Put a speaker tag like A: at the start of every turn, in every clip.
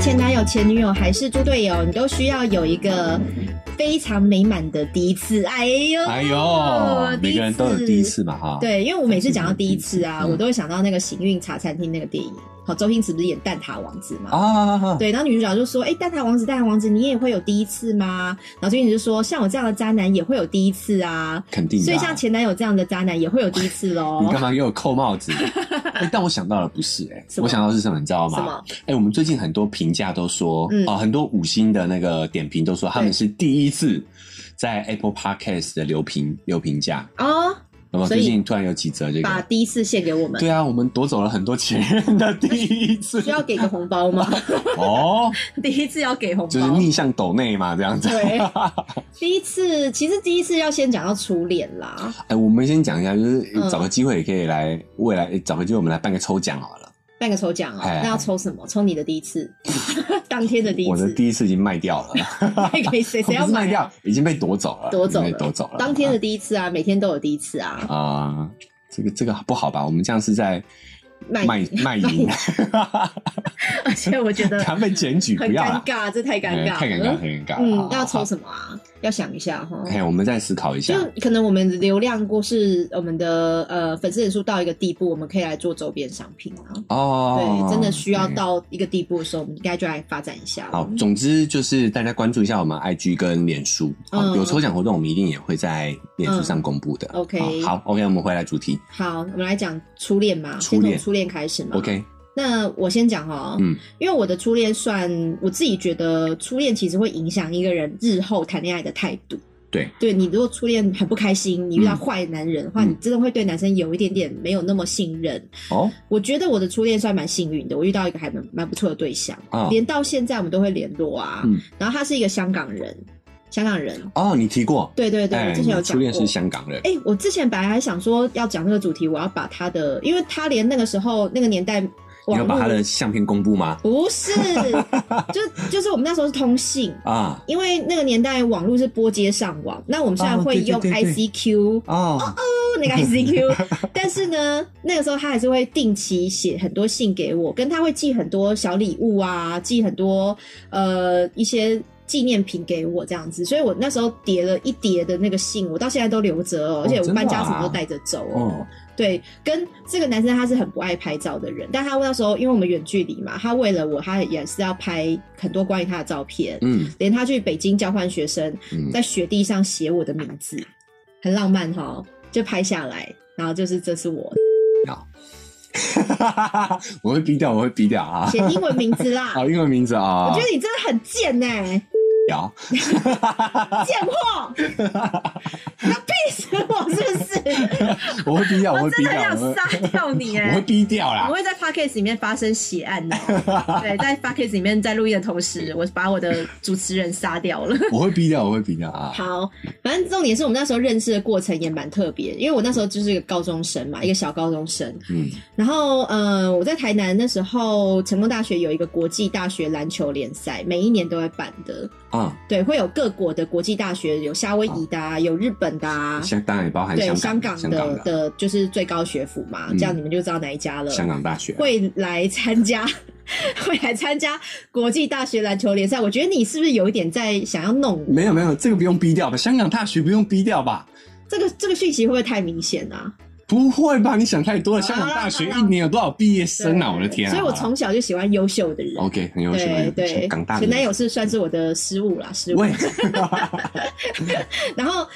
A: 前男友、前女友还是猪队友，你都需要有一个非常美满的第一次。哎呦，
B: 哎呦，
A: 第一
B: 每
A: 次
B: 个人都有第一。次嘛哈。，
A: 对，因为我每次讲到第一次啊，
B: 嗯
A: 我都会想到那个《行运茶餐厅》那个电影。好，周星驰不是演蛋挞王子嘛？
B: 啊，
A: 对，然后女主角就说：“哎、蛋挞王子，蛋挞王子，你也会有第一次吗？”然后周星驰就说：“像我这样的渣男也会有第一次啊，
B: 肯定的
A: 所
B: 啊。
A: 以像前男友这样的渣男也会有第一次喽。
B: 你干嘛给我扣 帽子？哎但我想到了不是哎、
A: 什么
B: 我想到是什么，你知道
A: 什
B: 吗
A: 么？
B: 哎、我们最近很多评价都说，啊、
A: 嗯
B: 很多五星的那个点评都说他们
A: 对
B: 是第一次在 Apple Podcast 的留评留评价，
A: 哦，
B: 那么
A: 所以
B: 最近突然有几则这
A: 把
B: 个。
A: 第一次献给我们，
B: 对啊，我们夺走了很多前任的第一次
A: 需要给个红包 吗？
B: 哦，
A: 第一次要给红包，
B: 就是逆向抖内嘛，这样子。
A: 对，第一次其实第一次要先讲到初恋啦。
B: 哎，我们先讲一下，就是
A: 嗯
B: 找个机会也可以来未来找个机会，我们来办个抽奖好了。
A: 办个抽奖哦，
B: 哎
A: 那要抽什么？抽你的第一次， 当天的第一
B: 我的
A: 次，
B: 第一次已经卖 掉了，
A: 那个谁谁要
B: 不是卖
A: 买
B: 掉
A: 啊？，
B: 已经被夺走了，
A: 夺走
B: 已
A: 了，
B: 经被夺走了。
A: 当天的第一次啊，每天都有第一次啊，
B: 啊，这个这个不好吧？我们这样是在
A: 卖
B: 卖 卖淫，
A: 而且我 觉得
B: 他被检举，
A: 很
B: 不要
A: 尴
B: 啦，
A: 尬，这太尴尬
B: 哎
A: 了，
B: 太尴尬，太尴尬。
A: 嗯
B: 好，
A: 要抽
B: 好
A: 什么啊？要想一下哈。
B: 哎，我们再思考一
A: 就
B: 下。
A: 可能我们流量过是我们的呃粉丝人数到一个地步，我们可以来做周边商品啊。
B: 哦，
A: 对，真的需要
B: 对
A: 到一个地步的时候，我们应该就来发展一下了。
B: 好，总之就是大家关注一下我们 IG 跟脸书，好
A: 嗯
B: 有抽奖活动，我们一定也会在脸书上公布的。
A: 嗯，OK
B: 好好，OK，我们回来主题
A: 好，我们来讲初恋嘛，
B: 初
A: 先
B: 恋
A: 从初恋开始嘛。
B: ，OK，
A: 那我先讲哦，
B: 嗯，
A: 因为我的初恋算我自己觉得，初恋其实会影响一个人日后谈恋爱的态度。
B: 对，
A: 对你如果初恋很不开心，你遇到
B: 嗯
A: 坏男人的话，
B: 嗯
A: 你真的会对男生有一点点没有那么信任。
B: 哦，
A: 我觉得我的初恋算蛮幸运的，我遇到一个还蛮蛮不错的对象，
B: 哦
A: 连到现在我们都会联络啊。
B: 嗯
A: 然后他是一个香港人，香港人，
B: 哦，你提过，
A: 对对对，
B: 哎
A: 我之前有
B: 你
A: 讲
B: 初
A: 过。
B: 恋是香港人，
A: 哎、我之前本来还想说要讲这个主题，我要把他的，因为他连那个时候那个年代
B: 你
A: 网
B: 要
A: 络
B: 把他的相片公布吗？
A: 不是，就就是我们那时候是通信。
B: 啊
A: 因为那个年代网络是拨接上网，那我们现在
B: 哦
A: 会
B: 对对
A: 用
B: 对对
A: ICQ，、
B: 哦，
A: 那个 ICQ，但是呢，那个时候他还是会定期写很多信给我，跟他会寄很多小礼物啊，寄很多呃一些纪念品给我这样子，所以我那时候叠了一叠的那个信，我到现在都留着哦，而且我
B: 真的
A: 搬家
B: 啊
A: 什么都带着走哦。
B: 哦，
A: 对，跟这个男生他是很不爱拍照的人，但他那时候因为我们远距离嘛，他为了我，他也是要拍很多关于他的照片，
B: 嗯
A: 连他去北京交换学生，
B: 嗯，
A: 在雪地上写我的名字，很浪漫哈，就拍下来，然后就是这是我
B: 我会逼掉，我会逼掉啊
A: 写，英文名字 啦。
B: 啊，英文名字啊，
A: 我觉得你真的很贱呢、
B: 聊
A: 贱货！那逼死我是不是？
B: 我会逼掉，我会
A: 我
B: 逼
A: 啊真的很
B: 掉，我
A: 想
B: 会
A: 杀掉你哎、
B: 我会逼掉啦
A: 我，会在 podcast 里面发生血案的、哦对，在 podcast 里面在录音的同时，我把我的主持人杀掉了。
B: 我会逼掉，我会逼掉啊，
A: 好，反正重点是我们那时候认识的过程也蛮特别，因为我那时候就是一个高中生嘛，一个小高中生。
B: 嗯
A: 然后，呃，我在台南那时候，成功大学有一个国际大学篮球联赛，每一年都会办的。
B: 啊，
A: 对，会有各国的国际大学，有夏威夷的、啊，有日本的、啊，
B: 香当然也包含
A: 对，港
B: 香港
A: 的
B: 香港的
A: 的，就是最高学府嘛，
B: 嗯
A: 这样你们就知道哪一家了。
B: 香港大学，
A: 会来参加，会来参加国际大学篮球联赛。我觉得你是不是有一点在想要弄我？
B: 没有没有，这个不用逼掉吧？香港大学不用逼掉吧？
A: 这个这个讯息会不会太明显啊？
B: 不会吧？你想太多了。
A: 好
B: 香港大学
A: 好好
B: 一年有多少毕业生啊？
A: 对
B: 我的天
A: 啊
B: 啊！
A: 所以我从小就喜欢优秀的人。
B: OK 很优秀，很
A: 对
B: 优秀
A: 对，
B: 港大的
A: 前男友是算是我的失误啦，失误。
B: 喂，
A: 然后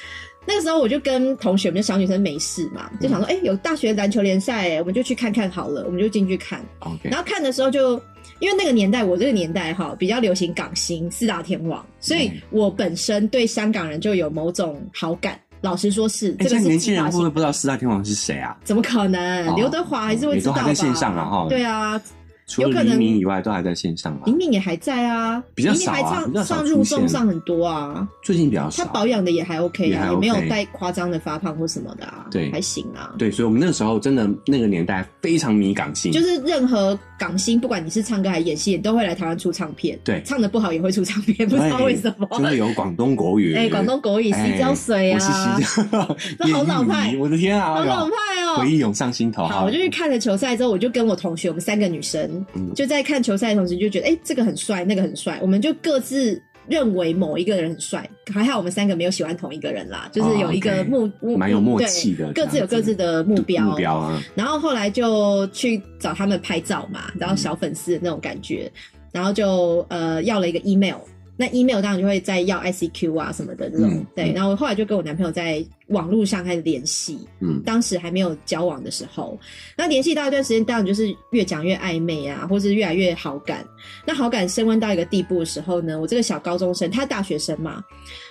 A: 那个时候我就跟同学们，就小女生没事嘛，
B: 嗯
A: 就想说，哎、有大学篮球联赛，哎我们就去看看好了，我们就进去看。
B: OK
A: 然后看的时候就，因为那个年代，我这个年代哈比较流行港星四大天王，所以
B: 嗯
A: 我本身对香港人就有某种好感。老实说是，
B: 哎，
A: 这
B: 现
A: 个
B: 在
A: 是
B: 年
A: 计
B: 轻人
A: 划
B: 会不会
A: 性。
B: 不知道四大天王是谁啊？
A: 怎么可能？
B: 哦
A: 刘德啊华还是会
B: 也
A: 知道
B: 都
A: 吧？
B: 还在线上啊哈
A: 对啊，
B: 除了
A: 有可
B: 黎
A: 能嗯
B: 明以外，都还在线上啊
A: 林。敏也还在啊，
B: 比较
A: 林敏
B: 少啊
A: 还
B: 比
A: 上
B: 较少
A: 上
B: 出
A: 入重
B: 现
A: 上很多啊。
B: 最近比
A: 他
B: 较少。
A: 保养的也还 OK
B: 也
A: 啊，
B: 还
A: 也没有
B: OK
A: 带夸张的发胖或什么的啊，
B: 对
A: 还行啊。
B: 对，所以我们那时候真的那个年代非常迷港星，
A: 就是任何港星，不管你是唱歌还是演戏，你都会来台湾出唱片。
B: 对哎
A: 唱的不好也会出唱片，不知道为什么。哎
B: 真的有广东国 语，
A: 哎，广东国语、洗
B: 哎
A: 脚水
B: 我是
A: 啊，
B: 洗脚，
A: 这好老派
B: 艳遇我的天啊，
A: 好
B: 哎呦
A: 老派哦。后
B: 回忆涌上心头。
A: 好，我就去看了球赛之后，我就跟我同学，我们三个女生
B: 嗯
A: 就在看球赛的同时就觉得，哎、这个很帅，那个很帅，我们就各自认为某一个人很帅。还好我们三个没有喜欢同一个人啦，就是有一个
B: 哦，OK
A: 目目嗯
B: 蛮有默契的，
A: 对各自有各自
B: 的
A: 的目标。
B: 目标啊，
A: 然后后来就去找他们拍照嘛，然后小粉丝的那种感觉，然后就呃要了一个 email。那 email 当然就会再要 ICQ 啊什么的这种，
B: 嗯
A: 对。
B: 嗯
A: 然后我后来就跟我男朋友在网络上开始联系，
B: 嗯
A: 当时还没有交往的时候，那联系到一段时间，当然就是越讲越暧昧啊，或是越来越好感。那好感升温到一个地步的时候呢，我这个小高中生，他大学生嘛，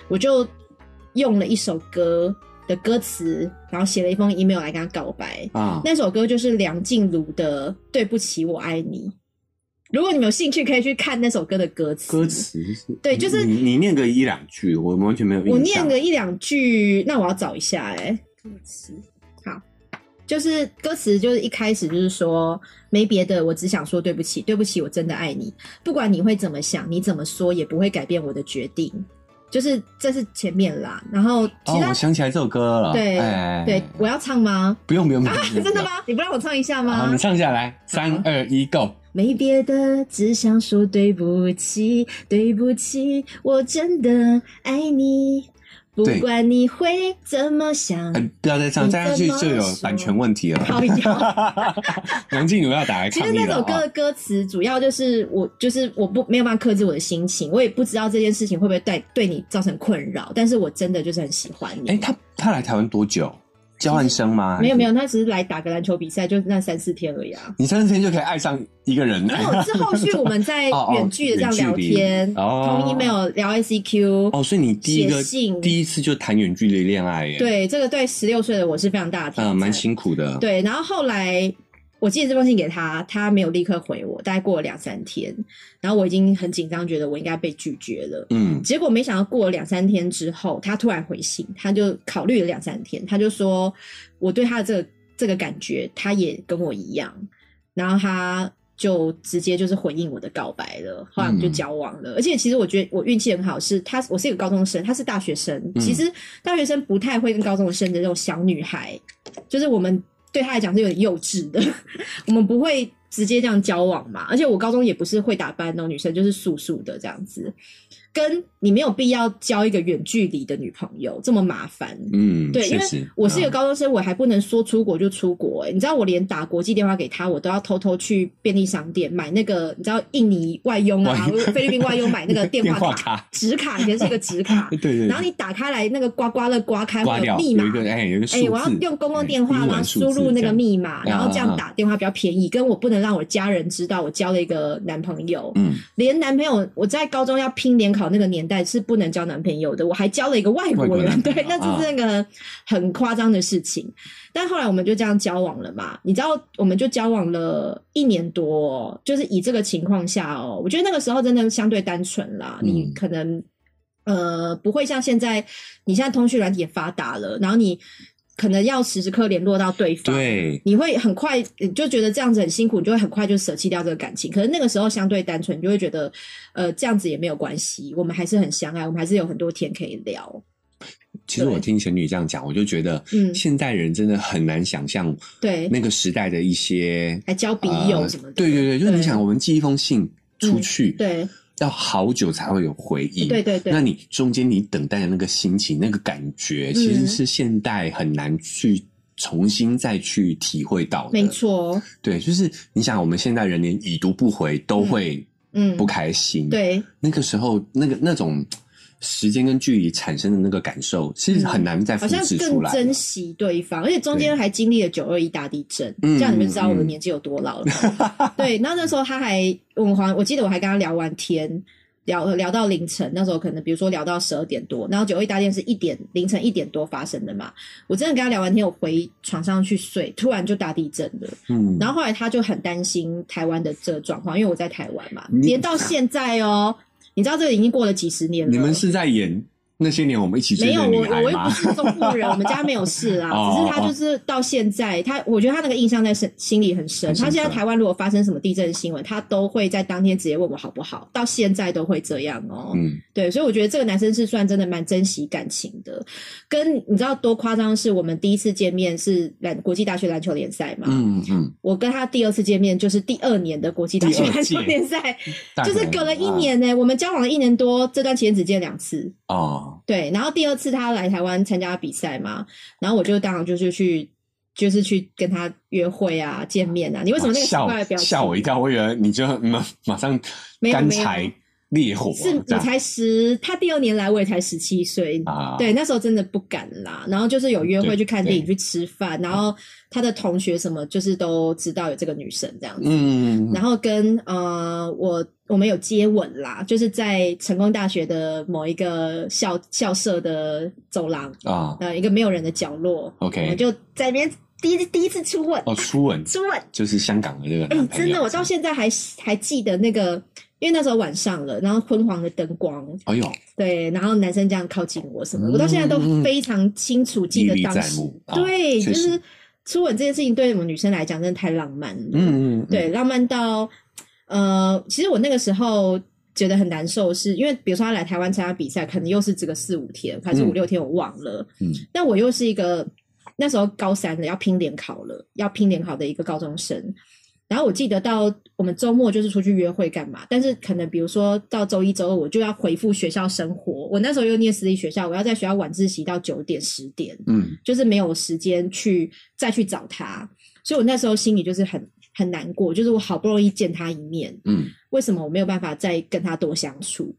A: 我就用了一首歌的歌词，然后写了一封 email 来跟他告白。
B: 啊，
A: 那首歌就是梁静茹的《对不起，我爱你》。如果你们有兴趣，可以去看那首歌的歌词。
B: 歌词是
A: 对就是
B: 你你念个一两句，我完全没有印象。
A: 我念个一两句，那我要找一下哎、歌词好，就是歌词就是一开始就是说没别的，我只想说对不起，对不起，我真的爱你，不管你会怎么想，你怎么说也不会改变我的决定，就是这是前面啦，然后
B: 哦
A: 其，他、
B: 我想起来这首歌了，
A: 对、
B: 哎嗯
A: 对，我要唱吗？
B: 不用不用不
A: 啊
B: 用，不用
A: 真的？吗？你啊嗯不让我唱一下吗？
B: 啊好，你唱下来，三二一，Go！
A: 没别的，只想说对不起，对不起，我真的爱你。不
B: 对
A: 管你会怎么想，
B: 哎，不要再
A: 嗯
B: 唱，
A: 你
B: 再下去
A: 这么
B: 就有
A: 说
B: 版权问题了。
A: 靠腰
B: 梁静茹要打来
A: 其
B: 抗
A: 实
B: 议
A: 那
B: 了
A: 首歌
B: 啊！
A: 的歌词主要就是我，就是我不没有办法克制我的心情，我也不知道这件事情会不会带对你造成困扰，但是我真的就是很喜欢你。
B: 哎，他他来台湾多久？交换生吗？
A: 没有没有，他只是来打个篮球比赛，就那三四天而已 啊。
B: 你三十天就可以爱上一个人了
A: 没有，是后续我们在
B: 哦哦
A: 远距的这样聊天，
B: 远距离哦
A: 通 email 聊 ICQ，、
B: 哦，所以你第一个
A: 写信
B: 第一次就谈远距离恋爱耶？，
A: 对这个对十六岁的我是非常大的挑
B: 嗯，
A: 战，
B: 蛮辛苦的。，
A: 对，然后后来我寄了这封信给他，他没有立刻回我，大概过了两三天，然后我已经很紧张，觉得我应该被拒绝了。
B: 嗯，
A: 结果没想到过了两三天之后，他突然回信，他就考虑了两三天，他就说我对他的这个这个感觉，他也跟我一样，然后他就直接就是回应我的告白了，后来我们就
B: 嗯
A: 交往了。而且其实我觉得我运气很好，是他我是一个高中生，他是大学生，
B: 嗯
A: 其实大学生不太会跟高中生的那种小女孩，就是我们对他来讲是有点幼稚的，我们不会直接这样交往嘛。而且我高中也不是会打扮的那种女生，就是素素的这样子，跟你没有必要交一个远距离的女朋友这么麻烦。
B: 嗯，
A: 对，因
B: 确
A: 为
B: 实，
A: 我是一个
B: 嗯
A: 高中生，我还不能说出国就出国、欸。你知道，我连打国际电话给他，我都要偷偷去便利商店买那个，你知道印尼外佣啊，
B: 外佣
A: 菲律宾外佣买那个电
B: 嗯 电
A: 话
B: 话卡，
A: 纸卡，以前是一个纸卡
B: 对。对对，
A: 然后你打开来，那个刮刮乐刮开
B: 挂
A: 会
B: 掉
A: 有密码
B: 有一，个哎有一个数
A: 哎、
B: 字，
A: 我要用公共电
B: 哎
A: 话，
B: 英
A: 然后
B: 文数
A: 输
B: 字
A: 入那
B: 这
A: 个
B: 样
A: 密码，然后这
B: 啊啊
A: 样
B: 啊
A: 打电话比较便宜。跟我不能让我家人知道我交了一个男朋友，
B: 嗯，
A: 连男朋友我在高中要拼联考那个年代是不能交男朋友的，我还交了一个外
B: 外
A: 国
B: 国啊
A: 人，
B: 男朋友
A: 对，那就是那个很夸张的事情。但后来我们就这样交往了嘛，你知道，我们就交往了一年多哦、就是以这个情况下哦，我觉得那个时候真的相对单纯啦，
B: 嗯
A: 你可能呃不会像现在，你现在通讯软体也发达了，然后你可能要时时刻联络到对方，
B: 对，
A: 你会很快你就觉得这样子很辛苦，你就会很快就舍弃掉这个感情。可是那个时候相对单纯，你就会觉得，呃，这样子也没有关系，我们还是很相爱，我们还是有很多天可以聊。
B: 其实
A: 对
B: 我听贤女这样讲，我就觉得，
A: 嗯
B: 现代人真的很难想象
A: 对，
B: 那个时代的一些
A: 还交笔友什么的。
B: 呃对对对，就是你
A: 对嗯
B: 想，我们寄一封信出去，
A: 对
B: 要好久才会有回应，
A: 对对对
B: 那你中间你等待的那个心情、那个感觉，其
A: 嗯
B: 实是现代很难去重新再去体会到的。
A: 没，错，
B: 对，就是你想，我们现代人连已读不回都会
A: 嗯
B: 不，开心，，
A: 对
B: 那个时候那个那种时间跟距离产生的那个感受，其实很难再复
A: 好像
B: 制出
A: 更
B: 来。
A: 珍惜对方，而且中间还经历了九二一大地震，
B: 嗯
A: 这样你们就知道我的
B: 嗯
A: 年纪有多老了。 对，然后那时候他还，我好像我记得我还跟他聊完天，聊聊到凌晨，那时候可能比如说聊到十二点多，然后九二一大地震是一点凌晨一点多发生的嘛，我真的跟他聊完天，我回床上去睡，突然就大地震了。
B: 嗯，
A: 然后后来他就很担心台湾的这个状况，因为我在台湾嘛，
B: 嗯
A: 连到现在哦，你知道这个已经过了几十年了。
B: 你们是在演那些年我们一起追
A: 没有
B: 的
A: 我
B: 女孩
A: 我又不
B: 吗？
A: 是中部人，我们家没有事啦。
B: 哦
A: 只是他就是到现在，他我觉得他那个印象在深心里很深。
B: 很深
A: 他现在
B: 刻
A: 台湾如果发生什么地震新闻，他都会在当天直接问我好不好，到现在都会这样哦、
B: 嗯，
A: 对，所以我觉得这个男生是算真的蛮珍惜感情的。跟你知道多夸张的是，我们第一次见面是篮国际大学篮球联赛嘛，
B: 嗯嗯，
A: 我跟他第二次见面就是第二年的国际大学
B: 第二
A: 篮球
B: 届
A: 联赛，
B: 大
A: 就是
B: 概嗯
A: 隔了一年呢、我们交往了一年多，这段期间只见两次。
B: 啊哦，
A: 对，然后第二次他来台湾参加比赛嘛，然后我就当然就是去，就是去跟他约会啊、见面啊。你为什么那个奇
B: 吓
A: 怪的表
B: 我
A: 情？
B: 吓我一跳，我以为你就马马上
A: 没有
B: 干
A: 没有
B: 柴烈火
A: 是我
B: 这样
A: 才十，他第二年来我也才十七岁，
B: 啊，嗯
A: 对，那时候真的不敢啦。然后就是有约会
B: 对
A: 去看电影、
B: 对
A: 去吃饭，然后他的同学什么就是都知道有这个女生这样子。
B: 嗯，
A: 然后跟呃，我我们有接吻啦，就是在成功大学的某一个校校舍的走廊，
B: 啊
A: 呃，一个没有人的角落，我们
B: ，OK，
A: 就在那边第一第一次初吻，
B: 嗯哦，初吻
A: 初吻，
B: 就是香港的这个
A: 哎、
B: 男朋友，
A: 真的，我到现在还还记得那个，因为那时候晚上了，然后昏黄的灯光，
B: 哎呦，
A: 对，然后男生这样靠近我什么的，
B: 嗯
A: 我到现在都非常清楚记得当时
B: 历历在目，啊
A: 对，就
B: 确实
A: 是初吻这件事情对我们女生来讲真的太浪漫了，
B: 嗯嗯，嗯，
A: 对，浪漫到呃，其实我那个时候觉得很难受是，因为比如说他来台湾参加比赛，可能又是这个四五天还是五
B: 嗯
A: 六天，我忘了。
B: 嗯，
A: 但我又是一个那时候高三的，要拼联考了，要拼联考的一个高中生。然后我记得到我们周末就是出去约会干嘛，但是可能比如说到周一、周二我就要回复学校生活。我那时候又念私立学校，我要在学校晚自习到九点十点。
B: 嗯，
A: 就是没有时间去再去找他，所以我那时候心里就是很很难过，就是我好不容易见他一面，
B: 嗯
A: 为什么我没有办法再跟他多相处？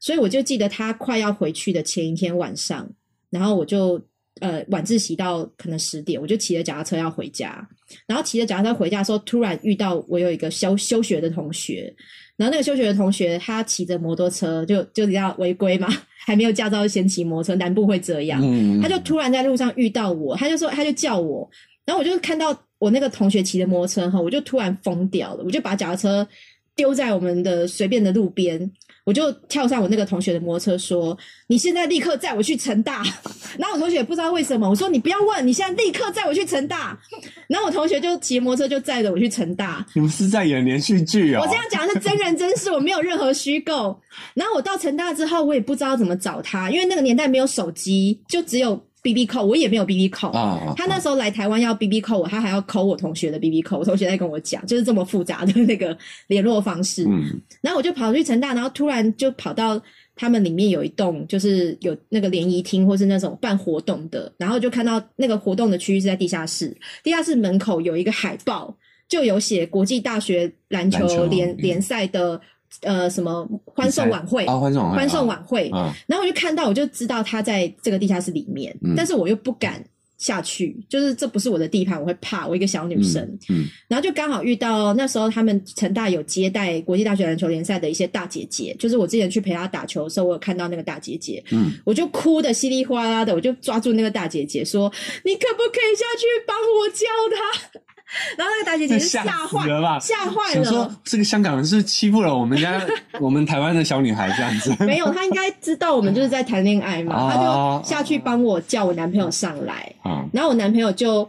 A: 所以我就记得他快要回去的前一天晚上，然后我就呃晚自习到可能十点，我就骑着脚踏车要回家，然后骑着脚踏车回家的时候，突然遇到我有一个休休学的同学，然后那个休学的同学他骑着摩托车就就要违规嘛， 还没有驾照就先骑摩托车，南部会这样，
B: 嗯，
A: 他就突然在路上遇到我，他就说，他就叫我，然后我就看到我那个同学骑的摩托车哈，我就突然疯掉了，我就把脚踏车丢在我们的随便的路边，我就跳上我那个同学的摩托车说：“你现在立刻载我去成大。” 然后我同学也不知道为什么，我说：“你不要问，你现在立刻载我去成大。”然后我同学就骑摩托车就载着我去成大，
B: 嗯你们是在演连续剧哦，
A: 我这样讲是真人真事，我没有任何虚构。 然后我到成大之后，我也不知道怎么找他，因为那个年代没有手机，就只有 B B 扣，我也没有 B B 扣。
B: 啊，啊
A: 他那时候来台湾要 B B 扣我，他还要扣我同学的 B B 扣，我同学在跟我讲，就是这么复杂的那个联络方式。
B: 嗯
A: 然后我就跑去成大，然后突然就跑到他们里面有一栋，就是有那个联谊厅或是那种办活动的，然后就看到那个活动的区域是在地下室，地下室门口有一个海报，就有写国际大学篮
B: 篮
A: 球
B: 球
A: 联
B: 嗯
A: 联赛的呃什么欢送
B: 比赛
A: 晚会，
B: 啊，欢送晚会
A: 欢送晚会，
B: 啊，
A: 然后我就看到，我就知道他在这个地下室里面，
B: 嗯
A: 但是我又不敢下去，就是这不是我的地盘，我会怕，我一个小女生。
B: 嗯
A: 然后就刚好遇到那时候他们成大有接待国际大学篮球联赛的一些大姐姐，就是我之前去陪她打球的时候，我有看到那个大姐姐，
B: 嗯，
A: 我就哭的稀里哗啦的，我就抓住那个大姐姐说：“你可不可以下去帮我教她？” 然后那个大姐姐
B: 那
A: 就吓
B: 吓死
A: 坏
B: 了吧？
A: 吓坏
B: 想
A: 了
B: 说。这个香港人是不是欺负了我们 家我们台湾的小女孩这样子，
A: 没有，她应该知道我们就是在谈恋爱嘛，她
B: 啊
A: 就下去帮我叫我男朋友上来，
B: 啊，
A: 然后我男朋友就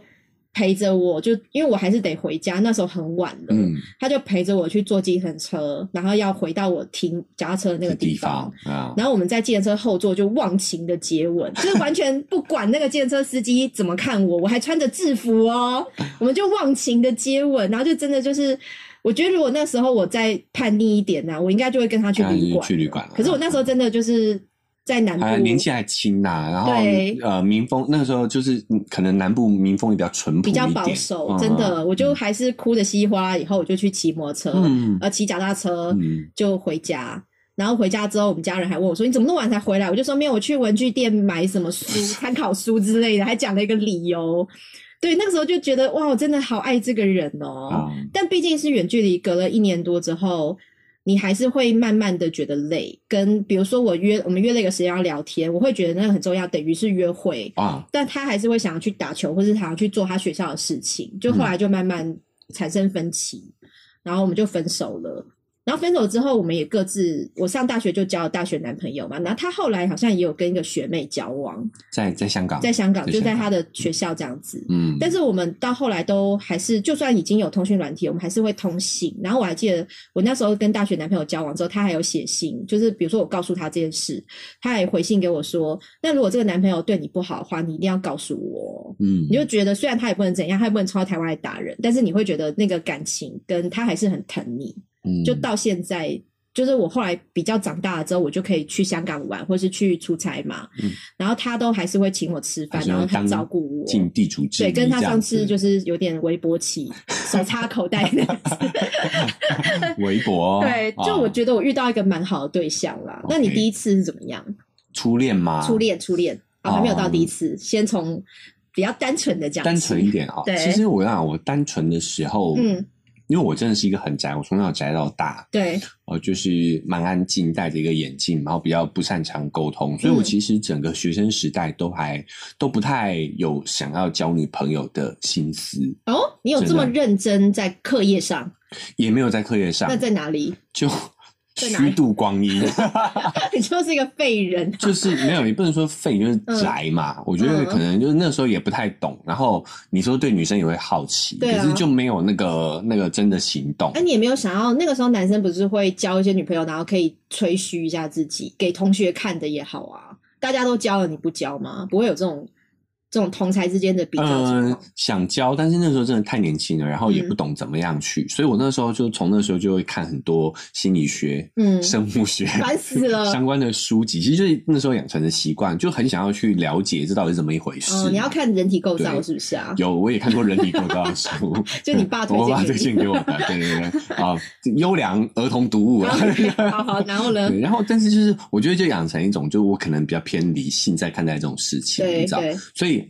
A: 陪着我，就因为我还是得回家，那时候很晚了，
B: 嗯，
A: 他就陪着我去坐计程车，然后要回到我停脚踏车的那个
B: 地
A: 地方。
B: 啊，
A: 然后我们在计程车后座就忘情的接吻，就是完全不管那个计程车司机怎么看我，我还穿着制服哦，我们就忘情的接吻，然后就真的就是，我觉得如果那时候我再叛逆一点呢、我应该就会跟他去
B: 当然
A: 旅
B: 就
A: 馆。
B: 去旅馆了。
A: 可是我那时候真的就是在南部，
B: 还年纪还轻呐、然后
A: 对
B: 呃，民风那个时候就是嗯可能南部民风也比较淳朴
A: 比
B: 一
A: 较
B: 点，
A: 保守，
B: 嗯
A: 真的，我就还是哭的稀里哗啦。以后我就去骑摩托车，
B: 嗯
A: 呃，骑脚踏车
B: 嗯
A: 就回家。然后回家之后，我们家人还问我说：“你怎么那么晚才回来？”我就说：“没有，我去文具店买什么书、参考书之类的。”还讲了一个理由。对，那个时候就觉得哇，我真的好爱这个人哦。
B: 啊
A: 但毕竟是远距离，隔了一年多之后，你还是会慢慢的觉得累。跟比如说我约我们约了一个时间要聊天，我会觉得那个很重要，等于是约会。
B: 啊，
A: 但他还是会想要去打球，或是想要去做他学校
B: 嗯
A: 的事情。就后来就慢慢产生分歧，然后我们就分手了。然后分手之后，我们也各自，我上大学就交了大学男朋友嘛，然后他后来好像也有跟一个学妹交往，
B: 在在香港，
A: 在香港
B: 在
A: 就在
B: 香
A: 他的学校这样子。
B: 嗯，
A: 但是我们到后来都还是，就算已经有通讯软体，我们还是会通信。然后我还记得我那时候跟大学男朋友交往之后，他还有写信，就是比如说我告诉他这件事，他还回信给我说，那如果这个男朋友对你不好的话，你一定要告诉我。
B: 嗯，
A: 你就觉得虽然他也不能怎样，他也不能冲到台湾来打人，但是你会觉得那个感情跟他还是很疼你。
B: 嗯
A: 就到现在，就是我后来比较长大了之后，我就可以去香港玩，或是去出差嘛。
B: 嗯
A: 然后他都还是会请我吃
B: 还
A: 饭，
B: 是
A: 然
B: 要
A: 后很
B: 当
A: 照顾我。
B: 尽地主之
A: 对，
B: 谊
A: 跟他
B: 这样
A: 上次
B: 子
A: 就是有点微波起，手插口袋那样子。
B: 微博，啊
A: 对，就我
B: 得
A: 觉得我遇到一个蛮好的对象啦。那你
B: 哦 OK
A: 第一次是怎么样？
B: 初恋嘛，
A: 初恋，初恋，哦，还没有到
B: 哦
A: 第一次，先从比较单纯的讲起。
B: 单纯一点哈、啊
A: 对
B: 其实我想，我单纯的时候，
A: 嗯，
B: 因为我真的是一个很宅，我从小宅到大，
A: 对，
B: 呃，就是蛮安静，戴着一个眼镜，然后比较不擅长沟通，所以
A: 嗯
B: 我其实整个学生时代都还都不太有想要交女朋友的心思，
A: 哦，你有这
B: 真的
A: 么认真在课业上，
B: 也没有在课业上
A: 那在哪里？
B: 就
A: 在哪里
B: 虚度光阴。
A: 你就是一个废人啊、
B: 就是没有，也不能说废，就是宅嘛。
A: 嗯
B: 我觉得可能就是那时候也不太懂，然后你说对女生也会好奇，
A: 对啊
B: 可是就没有那个那个真的行动
A: 哎、。你也没有想要，那个时候男生不是会交一些女朋友，然后可以吹嘘一下自己，给同学看的也好啊。大家都交了，你不交吗？不会有这种这种同才之间的比较情
B: 嗯、
A: 况。
B: 想教，但是那时候真的太年轻了，然后也
A: 嗯
B: 不懂怎么样去，所以我那时候就从那时候就会看很多心理学、
A: 嗯，
B: 生物学，
A: 烦死 了
B: 相关的书籍，其实就是那时候养成的习惯，就很想要去了解这到底是怎么一回事。
A: 嗯，你要看人体构造
B: 对
A: 是不是 啊？，
B: 有，我也看过人体构造的书
A: 就你爸推荐
B: 我爸
A: 给你
B: 推荐给我的，对对对，啊，优良儿童读物
A: 嗯
B: 啊。
A: 好好，然后 呢？
B: 对，然后但是就是我觉得就养成一种，就我可能比较偏理性在看待这种事情，
A: 对
B: 你知道，
A: 对，
B: 所以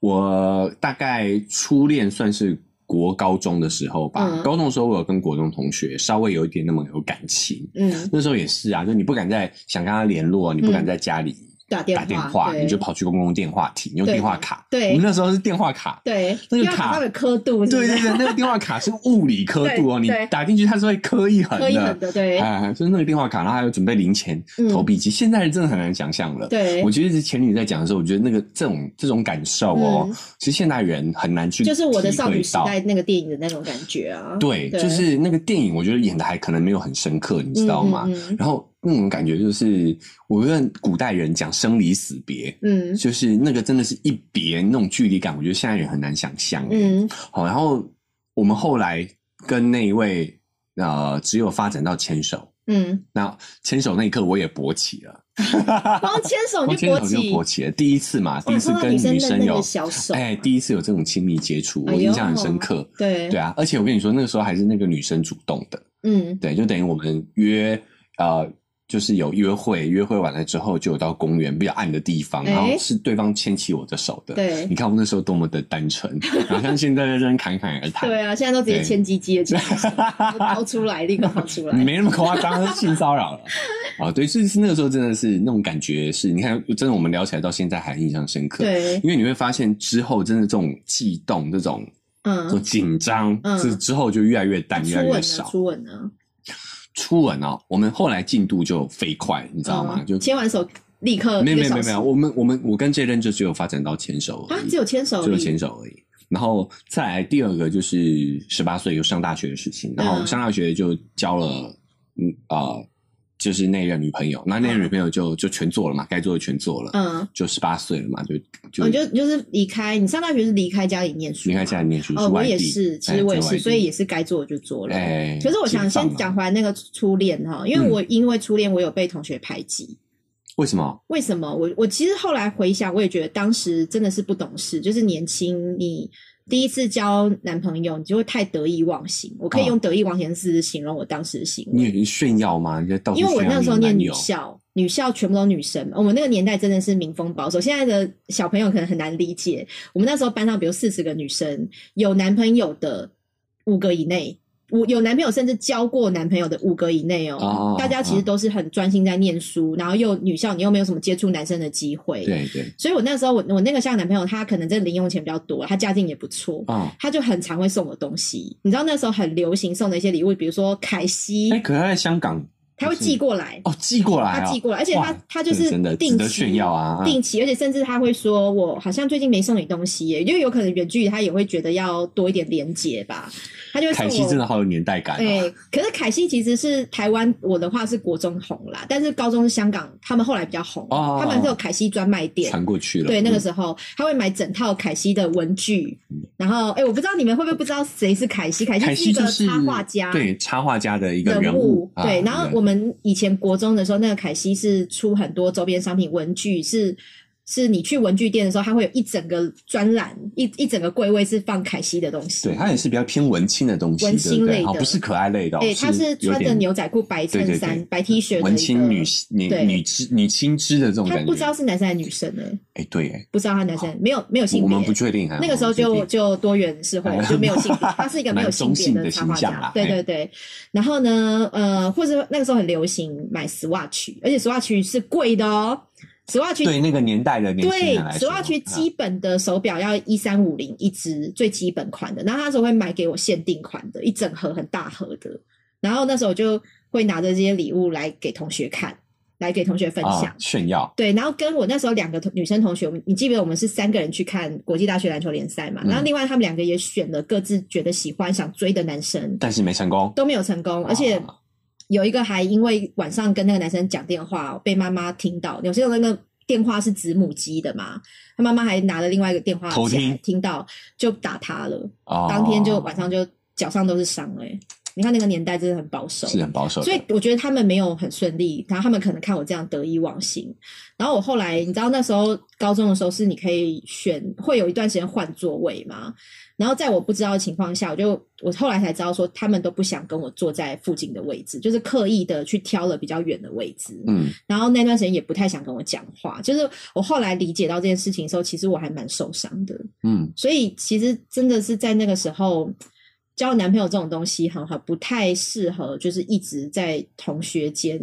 B: 我大概初恋算是。国高中的时候吧，
A: 嗯
B: 高中的时候我有跟国中同学稍微有一点那么有感情，
A: 嗯，
B: 那时候也是啊，就你不敢再想跟他联络，你不敢在家里
A: 打嗯电
B: 打
A: 话，
B: 电话，
A: 对
B: 你就跑去公共电话亭用
A: 对
B: 电话卡，
A: 对
B: 我们那时候是电话卡，
A: 对，
B: 那个
A: 要把
B: 卡
A: 他们刻度是不
B: 对
A: 是，
B: 对对，那个电话卡是物理刻度哦，
A: 对
B: 你
A: 对
B: 打进去它是会刻一横
A: 刻一横
B: 的。
A: 的，对
B: 哎，就是那个电话卡，然后还有准备零钱、
A: 嗯
B: 投币机，现在真的很难想象了。
A: 对
B: 我，觉得是前女在讲的时候，我觉得那个这种这种感受哦，
A: 嗯
B: 其实现代人很难去
A: 就是我的
B: 体
A: 少
B: 会
A: 女时
B: 到
A: 代那个电影的那种感觉啊。
B: 对，就是那个电影，我觉得演的还可能没有很深刻，你知道吗？
A: 嗯嗯
B: 然后那种感觉就是，我跟古代人讲生离死别，
A: 嗯嗯
B: 就是那个真的是一别那种距离感，我觉得现在人很难想象。
A: 嗯
B: 好，然后我们后来跟那一位呃，只有发展到牵手。
A: 嗯，
B: 那牵手那一刻，我也勃起了，
A: 光牵手
B: 我
A: 就
B: 牵手
A: 哦勃
B: 就
A: 起，
B: 勃起了，第一次嘛，第一次
A: 哇
B: 跟
A: 碰到
B: 女
A: 女
B: 生
A: 生的那
B: 有
A: 个，小手，
B: 哎，第一次有这种亲密接触，我
A: 哎呦
B: 印象很深刻。
A: 对
B: 对啊，而且我跟你说，那个时候还是那个女生主动的，
A: 嗯
B: 对，就等于我们约呃，就是有约会，约会完了之后就有到公园比较暗的地方，
A: 哎
B: 然后是对方牵起我的手的。
A: 对
B: 你看我那时候多么的单 纯，好像现在在这边侃侃而谈。
A: 对啊，现在都直接
B: 对
A: 牵鸡鸡的， 都掏出来，立刻掏 出来，
B: 没那么夸张，性骚扰 了啊！对，所以是那个时候真的是那种感觉是，你看，真的我们聊起来到现在还印象深刻。，
A: 对，
B: 因为你会发现之后真的这种悸动、这种这种
A: 嗯，
B: 紧张，
A: 嗯
B: 是之后就越来越淡，
A: 初
B: 越来越
A: 吻
B: 少
A: 呢，。初吻啊呢，
B: 初吻哦，我们后来进度就飞快，你知道吗？
A: 嗯
B: 就
A: 牵完手立刻
B: 没有
A: 一
B: 没
A: 个小
B: 有没有
A: 时
B: 没有，我们我们我跟这任就只有发展到牵手而
A: 啊
B: 已，，
A: 只有牵手而已，
B: 只有牵手而已。然后再来第二个就是十八岁就上大学的事情，然后
A: 嗯
B: 上大学就交了嗯呃，就是那任女朋友，那那任女朋友就就全做了嘛，该做的全做了，
A: 嗯，
B: 就十八岁了嘛，就就
A: 哦，就就是离开，你上大学是离开家里念书，
B: 离开家。里念书，
A: 哦，
B: 去
A: 我
B: 外地
A: 也是，其
B: 哎
A: 实我也
B: 在外
A: 是，
B: 地
A: 所以也是该做的就做了。
B: 哎，
A: 可是我想
B: 解放
A: 先
B: 了
A: 讲回来那个初恋哈，因为
B: 嗯
A: 我因为初恋我有被同学排挤，
B: 为什么？
A: 为什么我我其实后来回想，我也觉得当时真的是不懂事，就是年轻，你第一次交男朋友，你就会太得意忘形。我可以
B: 哦
A: 用得意忘形是形容我当时的行
B: 你
A: 为，
B: 也炫耀吗？你在到处
A: 因为我
B: 炫耀
A: 那时候
B: 你的
A: 念
B: 男
A: 女
B: 友
A: 校，女校全部都女生嘛，我们那个年代真的是民风保守，现在的小朋友可能很难理解。我们那时候班上比如四十个女生，有男朋友的五个以内。我有男朋友，甚至交过男朋友的五个以内哦，
B: 哦
A: 大家其实都是很专心在念书，然后又女校，你又没有什么接触男生的机会，
B: 对对，
A: 所以我那时候我我那个像男朋友，他可能真的零用钱比较多，他家境也不错，
B: 哦，
A: 他就很常会送我东西。你知道那时候很流行送的一些礼物，比如说凯西，
B: 哎，可是在香港
A: 他会寄过来，
B: 哦，寄过来、
A: 他
B: 啊，
A: 寄过来，而且他
B: 哇
A: 他就
B: 这
A: 是
B: 真的值
A: 定
B: 得
A: 期
B: 炫耀啊，啊
A: 定期，而且甚至他会说我好像最近没送你东西耶，因为有可能远距离他也会觉得要多一点连接吧，他就会送我。
B: 凯西真的好有年代感、
A: 哎、
B: 哦，
A: 可是凯西其实是台湾，我的话是国中红啦，但是高中是香港，他们后来比较红，
B: 哦
A: 他们是有凯西专卖店，
B: 传过去了，
A: 对，那个
B: 嗯
A: 时候他会买整套凯西的文具，然后哎、我不知道你们会不会不知道谁是凯西，凯
B: 凯
A: 西
B: 西
A: 是一
B: 就
A: 个
B: 是
A: 插画家，
B: 对插画家的一个
A: 人
B: 物，啊
A: 对，然后我们以前国中的时候，那个凯西是出很多周边商品，文具是是你去文具店的时候，它会有一整个专栏，一一整个柜位是放凯西的东西。
B: 对，它也是比较偏文青的东西，
A: 文
B: 对
A: 青
B: 不
A: 类
B: 对？
A: 的
B: 好，不是可爱类的、哦，
A: 哎、她
B: 是
A: 是
B: 有
A: 穿着
B: 点
A: 牛仔裤、白衬衫、
B: 对对对
A: 白 T 恤的一个
B: 文青女女
A: 对
B: 女知女青知的这种
A: 她
B: 感
A: 不知
B: 觉
A: 道。是男生还是女生呢、
B: 哎，对，哎，
A: 不知道他男生没有没有性
B: 我
A: 别
B: 们。不确定啊。
A: 那个时候
B: 我们
A: 就
B: 不确定
A: 就多元社会就没有性 别，他是一个没有性别插画
B: 蛮中性的形象
A: 家
B: 啦。
A: 对
B: 哎
A: 对对，然后呢，呃，或者那个时候很流行买 Swatch，而且 Swatch 是贵的哦，Swatch
B: 对那个年代的年轻
A: 对
B: 人来说，
A: ，Swatch
B: 啊
A: 基本的手表要一三五零一只最基本款的，然后他那时候会买给我限定款的，一整盒很大盒的，然后那时候我就会拿着这些礼物来给同学看，来给同学分享
B: 啊。炫耀，
A: 对，然后跟我那时候两个同女生同学，我们你记不记得我们是三个人去看国际大学篮球联赛嘛？
B: 嗯
A: 然后另外他们两个也选了各自觉得喜欢、想追的男生，
B: 但是没成功。
A: 都没有成功，而且
B: 啊
A: 有一个还因为晚上跟那个男生讲电话哦被妈妈听到，有些人那个电话是子母机的嘛，他妈妈还拿了另外一个电话
B: 偷
A: 起来
B: 听
A: 听到就打他了，
B: 哦
A: 当天就晚上就脚上都是伤哎、你看那个年代真的很保守，
B: 是很保守的，
A: 所以我觉得他们没有很顺利，然后他们可能看我这样得意忘形。然后我后来，你知道那时候高中的时候是你可以选，会有一段时间换座位嘛。然后在我不知道的情况下，我就我后来才知道说，他们都不想跟我坐在附近的位置，就是刻意的去挑了比较远的位置。
B: 嗯，
A: 然后那段时间也不太想跟我讲话，就是我后来理解到这件事情的时候，其实我还蛮受伤的。
B: 嗯，
A: 所以其实真的是在那个时候交男朋友这种东西，哈哈，不太适合，就是一直在同学间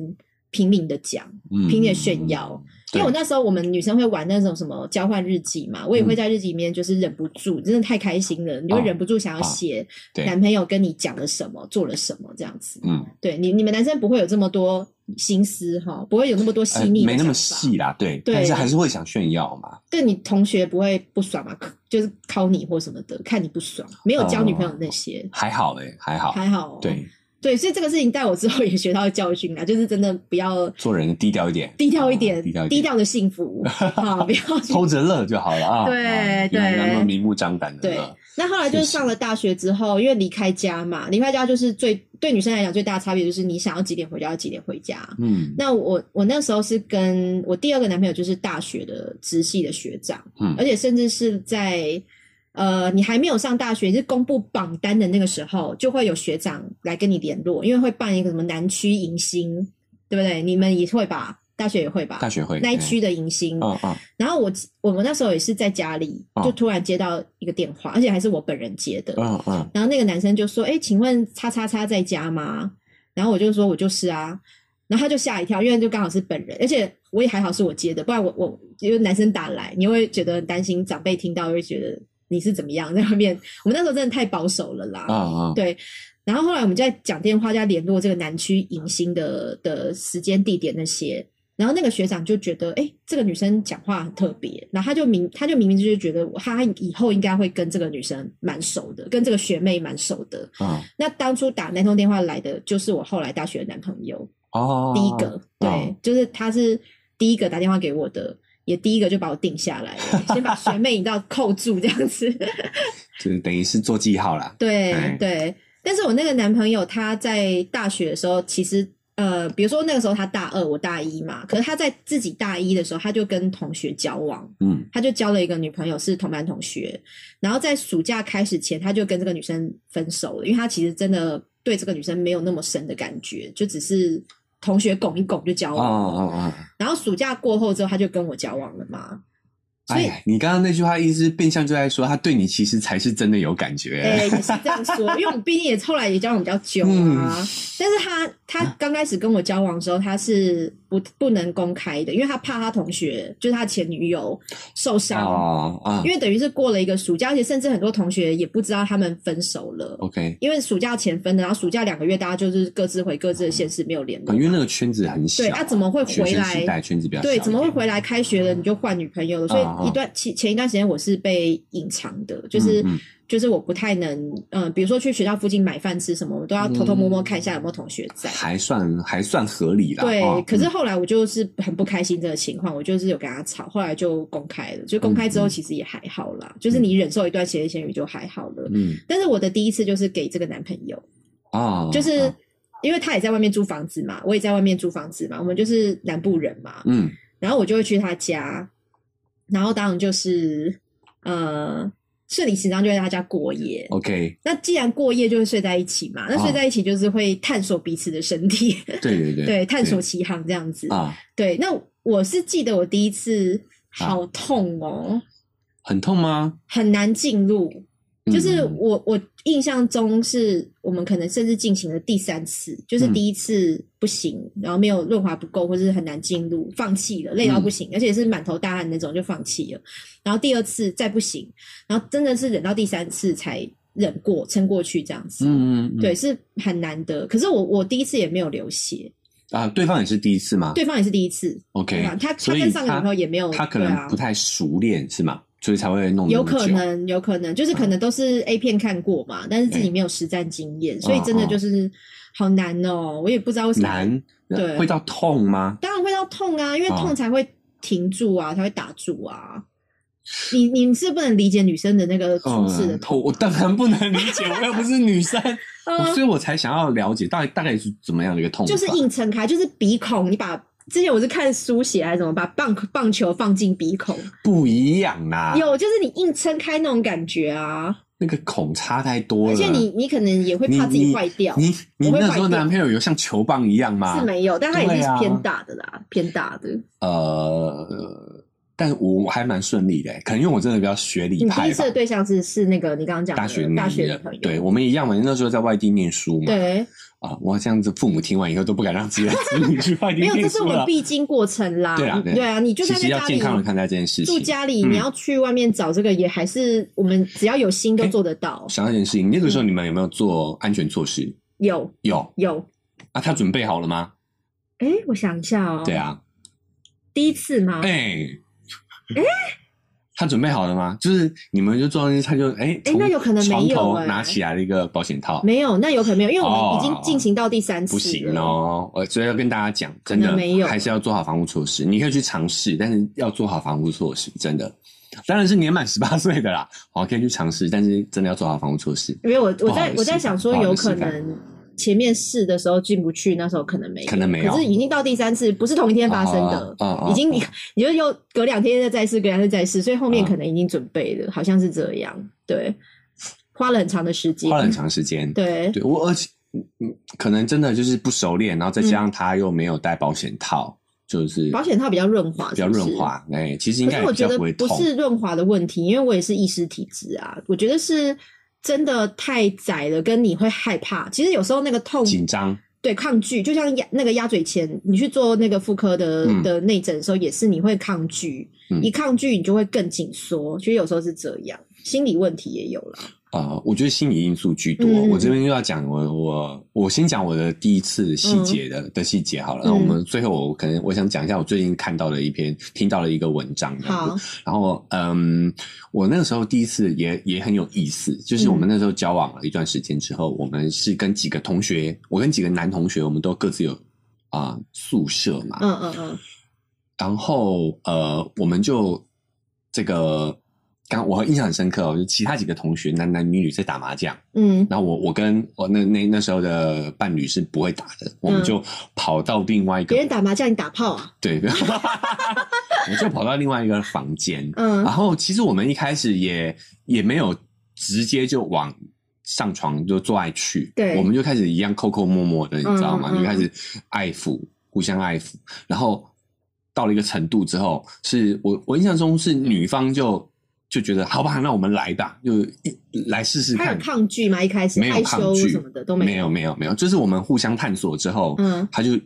A: 拼命的讲，
B: 嗯
A: 拼命的炫耀。因
B: 对嗯
A: 为我那时候我们女生会玩那种什么交换日记嘛，我也会在日记里面就是忍不住，真的太开心了，你会
B: 哦
A: 忍不住想要写
B: 对
A: 男朋友跟你讲了什么，做了什么这样子。
B: 嗯，
A: 对你，你们男生不会有这么多心思哈，不会有那么多细
B: 呃
A: 腻、
B: 没那么。细啦，对，
A: 对
B: 但是还是会想炫耀嘛。
A: 对你同学不会不爽嘛？就是敲你或什么的，看你不爽，没有交女朋友那些，
B: 还好嘞，还哦好，
A: 还好、哦。
B: 对，
A: 对，所以这个事情在我之后也学到教训啦，就是真的不要
B: 做人低调一点，
A: 低调一
B: 啊
A: 点，
B: 低调一
A: 低
B: 点，
A: 调的幸 福啊，不要去。
B: 偷着乐就好了啊。
A: 对
B: 啊不要
A: 对
B: 那么明目张胆的
A: 对
B: 乐。，
A: 那后来就是上了大学之后，因为离开家嘛，离开家就是最对女生来讲最大的差别就是你想要几点回家就几点回家。
B: 嗯
A: 那我我那时候是跟我第二个男朋友就是大学的直系的学长，
B: 嗯
A: 而且甚至是在呃你还没有上大学，就是公布榜单的那个时候，就会有学长来跟你联络，因为会办一个什么南区迎新，对不对？你们也会吧？大学也会吧？
B: 大学会
A: 那一，区的迎新，
B: 对嗯嗯，
A: 然后我我们那时候也是在家里，
B: 哦
A: 就突然接到一个电话，而且还是我本人接的，
B: 嗯嗯，
A: 然后那个男生就说：“哎、请问叉叉叉在家吗？”然后我就说：“我就是啊。”然后他就吓一跳，因为就刚好是本人，而且我也还好是我接的，不然我我因为男生打来，你会觉得很担心，长辈听到会觉得你是怎么样在外面。我们那时候真的太保守了啦，
B: 嗯嗯，
A: 对。然后后来我们就在讲电话，在联络这个南区迎新的的时间、地点那些。然后那个学长就觉得，哎，这个女生讲话很特别，然后他就明他就明明就是觉得他以后应该会跟这个女生蛮熟的，跟这个学妹蛮熟的。
B: 嗯
A: 那当初打那通电话来的就是我后来大学的男朋友，
B: 哦，
A: 第一个，对
B: 哦，
A: 就是他是第一个打电话给我的，也第一个就把我定下来了，先把学妹引到扣住这样子。
B: 就是等于是做记号啦。
A: 对
B: 哎
A: 对，但是我那个男朋友他在大学的时候，其实呃，比如说那个时候他大二，我大一嘛，可是他在自己大一的时候，他就跟同学交往，
B: 嗯，
A: 他就交了一个女朋友，是同班同学。然后在暑假开始前，他就跟这个女生分手了，因为他其实真的对这个女生没有那么深的感觉，就只是同学拱一拱就交
B: 哦
A: 往。
B: 哦哦，
A: 然后暑假过后之后，他就跟我交往了嘛。所以
B: 哎，你刚刚那句话意思是变相就在说，他对你其实才是真的有感觉。欸
A: 哎、也是这样说，因为我们毕竟也后来也交往比较久啊。
B: 嗯
A: 但是他他刚开始跟我交往的时候，他是不不能公开的，因为他怕他同学，就是他前女友受伤。
B: 哦啊
A: 因为等于是过了一个暑假，而且甚至很多同学也不知道他们分手了，
B: ，OK，
A: 因为暑假前分的，然后暑假两个月大家就是各自回各自的县市，没有联络
B: 啊因。为那个圈子很小，
A: 对啊怎么会
B: 学
A: 回
B: 生
A: 来
B: 时代啊圈子比较小一
A: 对，
B: 点，
A: 怎么会回来？开学了你就换女朋友了？所
B: 啊啊
A: 以一段前前一段时间我是被隐藏的，就是、
B: 嗯嗯
A: 就是我不太能，嗯、比如说去学校附近买饭吃什么，我都要偷偷摸摸看一下有没有同学在。
B: 还算还算合理啦。
A: 对，
B: 哦
A: 可是
B: 嗯
A: 后来我就是很不开心这个情况，我就是有跟他吵，后来就公开了。就公开之
B: 嗯
A: 后，
B: 嗯
A: 其实也还好啦，就是你忍受一段闲言闲语就还好了。
B: 嗯
A: 但是我的第一次就是给这个男朋友，
B: 啊，
A: 就是
B: 啊
A: 因为他也在外面租房子嘛，我也在外面租房子嘛，我们就是南部人嘛，
B: 嗯
A: 然后我就会去他家，然后当然就是呃顺理成章就会在他家过夜。
B: ，OK，
A: 那既然过夜就会睡在一起嘛，那
B: 哦
A: 睡在一起就是会探索彼此的身体，
B: 对对哦 对
A: 对，探索奇航这样子。
B: 啊，
A: 对，那我是记得我第一次好痛哦，
B: 很痛吗？
A: 很难进入。就是
B: 嗯
A: 我我印象中是我们可能甚至进行了第三次，就是
B: 嗯
A: 第一次不行，然后没有润滑不够，或是很难进入，放弃了，累
B: 嗯
A: 到不行，而且是满头大汗那种就放弃了。然后第二次再不行，然后真的是忍到第三次才忍过撑过去这样子。
B: 嗯嗯，嗯
A: 对，是很难得。可是我我第一次也没有流血，
B: 啊，对方也是第一次吗？
A: 对方也是第一次，对
B: ，OK，
A: 啊，他他
B: 所以
A: 跟上个女朋友也没有，
B: 他可
A: 对
B: 能
A: 啊
B: 不，太熟练是吗？所以才会弄得
A: 有
B: 那么
A: 可
B: 久嗯
A: 能有可能就是可能都是 A 片看过嘛，但是自己没有实战经验，所以真的就是好难哦，我也不知道为什么
B: 嗯难，
A: 对
B: 呃会到痛吗？
A: 当然会到痛啊，因为
B: 哦
A: 痛才会停住啊，才会打住 啊。你你是不能理解女生的那个初次的
B: 嗯，我
A: 痛
B: 我当然不能理 解，我又不是女生，哦
A: 啊，
B: 所以我才想要了解大概大概是怎么样的一个痛法，
A: 就是硬撑开，就是鼻孔，你把。之前我是看书写还是怎么，把棒棒球放进鼻孔，
B: 不一样啦，
A: 有就是你硬撑开那种感觉啊，
B: 那个孔差太多了。
A: 而且你你可能也会
B: 你
A: 怕自己坏掉，
B: 你你
A: 我会
B: 那时候
A: 坏掉
B: 男朋友有像球棒一样吗？
A: 是没有，但它也
B: 对
A: 是
B: 啊
A: 偏大的啦，偏大的。
B: 呃，但我还蛮顺利的、可能因为我真的比较学理
A: 你第
B: 派
A: 一
B: 吧
A: 次的。对象是是那个你刚刚讲的
B: 大学
A: 大学
B: 女
A: 女朋友，
B: 对我们一样嘛，那时候在外地念书嘛。
A: 对，
B: 啊，我这样子，父母听完以后都不敢让自己的子女去外地
A: 没有，这
B: 念
A: 是
B: 书
A: 我们
B: 了。
A: 必经过程啦。
B: 对啊对啊
A: 对啊，你就
B: 其
A: 算
B: 实
A: 在
B: 要
A: 家
B: 健
A: 里
B: 康的看待这件事
A: 住
B: 情。
A: 家里，
B: 嗯
A: 你要去外面找这个也还是我们只要有心都
B: 哎
A: 做得到。
B: 想到一件事情，那个时候你们有没有做安全措
A: 嗯
B: 施？
A: 有
B: 有
A: 有，
B: 啊，他准备好了吗？
A: 哎，我想一下哦，
B: 对，啊，
A: 第一次吗？
B: 哎，他准备好了吗？就是你们就做那些，他就哎，
A: 哎
B: 从
A: 那有可能没有
B: 床头
A: 哎
B: 拿起来了一个保险套，
A: 没有，那有可能没有，因为我们
B: 哦
A: 已经进行到第三次
B: 不
A: 了。
B: 行哦，我所以要跟大家讲，真
A: 可
B: 的
A: 能没有
B: 还是要做好防护措施。你可以去尝试，但是要做好防护措施，真的。当然是年满十八岁的啦，好可以去尝试，但是真的要做好防护措施，
A: 因为我我
B: 不好
A: 在
B: 的
A: 我在
B: 示范
A: 想说，
B: 不好的
A: 有
B: 示
A: 可
B: 范
A: 能前面试的时候进不去，那时候可能没有，
B: 可能没有
A: 可是已经到第三次，不是同一天发生的，
B: 啊啊啊啊
A: 已经你 你就又隔两天再试，隔两天再试，所以后面
B: 啊
A: 可能已经准备了，好像是这样，对，花了很长的时间，
B: 花了很长时间。
A: 对
B: 对我，而且嗯嗯，可能真的就是不熟练，然后再加上他又没有戴保险套，就是
A: 嗯保险套比较润滑，
B: 比较
A: 是不是
B: 润。滑。哎，其实应
A: 可
B: 该
A: 是
B: 也
A: 我
B: 比
A: 觉
B: 较
A: 得
B: 会
A: 不
B: 痛。
A: 是润滑的问题，因为我也是意识体质啊，我觉得是真的太窄了，跟你会害怕。其实有时候那个痛
B: 紧张，
A: 对抗拒，就像压那个鸭嘴钳，你去做那个妇科的、
B: 嗯
A: 的内诊的时候，也是你会抗拒，
B: 嗯
A: 一抗拒你就会更紧缩。其实有时候是这样，心理问题也有了。
B: 呃，我觉得心理因素居多。
A: 嗯
B: 我这边又要讲我我我先讲我的第一次细
A: 嗯
B: 节的、的细节好了。那我们最后我可能我想讲一下我最近看到的一篇听到了一个文章这样
A: 好
B: 子。，然后嗯，我那个时候第一次也也很有意思，就是
A: 嗯
B: 我们那时候交往了一段时间之后，我们是跟几个同学，我跟几个男同学，我们都各自有啊、宿舍嘛。
A: 嗯嗯嗯，
B: 然后呃，我们就这个。刚我印象很深刻哦，就其他几个同学男男女女在打麻将，
A: 嗯
B: 然后我我跟我那那那时候的伴侣是不会打的，我们就跑到另外一
A: 嗯
B: 个
A: 别人打麻将，你打炮啊？
B: 对， 我就跑到另外一个房间。
A: 嗯
B: 然后其实我们一开始也也没有直接就往上床就做爱去，
A: 对
B: 我们就开始一样抠抠摸摸的，你知道吗？
A: 嗯嗯嗯
B: 就开始爱抚，互相爱抚，然后。到了一个程度之后，是我我印象中是女方就就觉得好吧，那我们来吧，就一来试试
A: 他
B: 看
A: 有。抗拒吗？一开始
B: 没有
A: 害
B: 抗
A: 羞
B: 拒
A: 什么的都
B: 没
A: 有。
B: 有没有没有，就是我们互相探索之后，
A: 嗯
B: 他就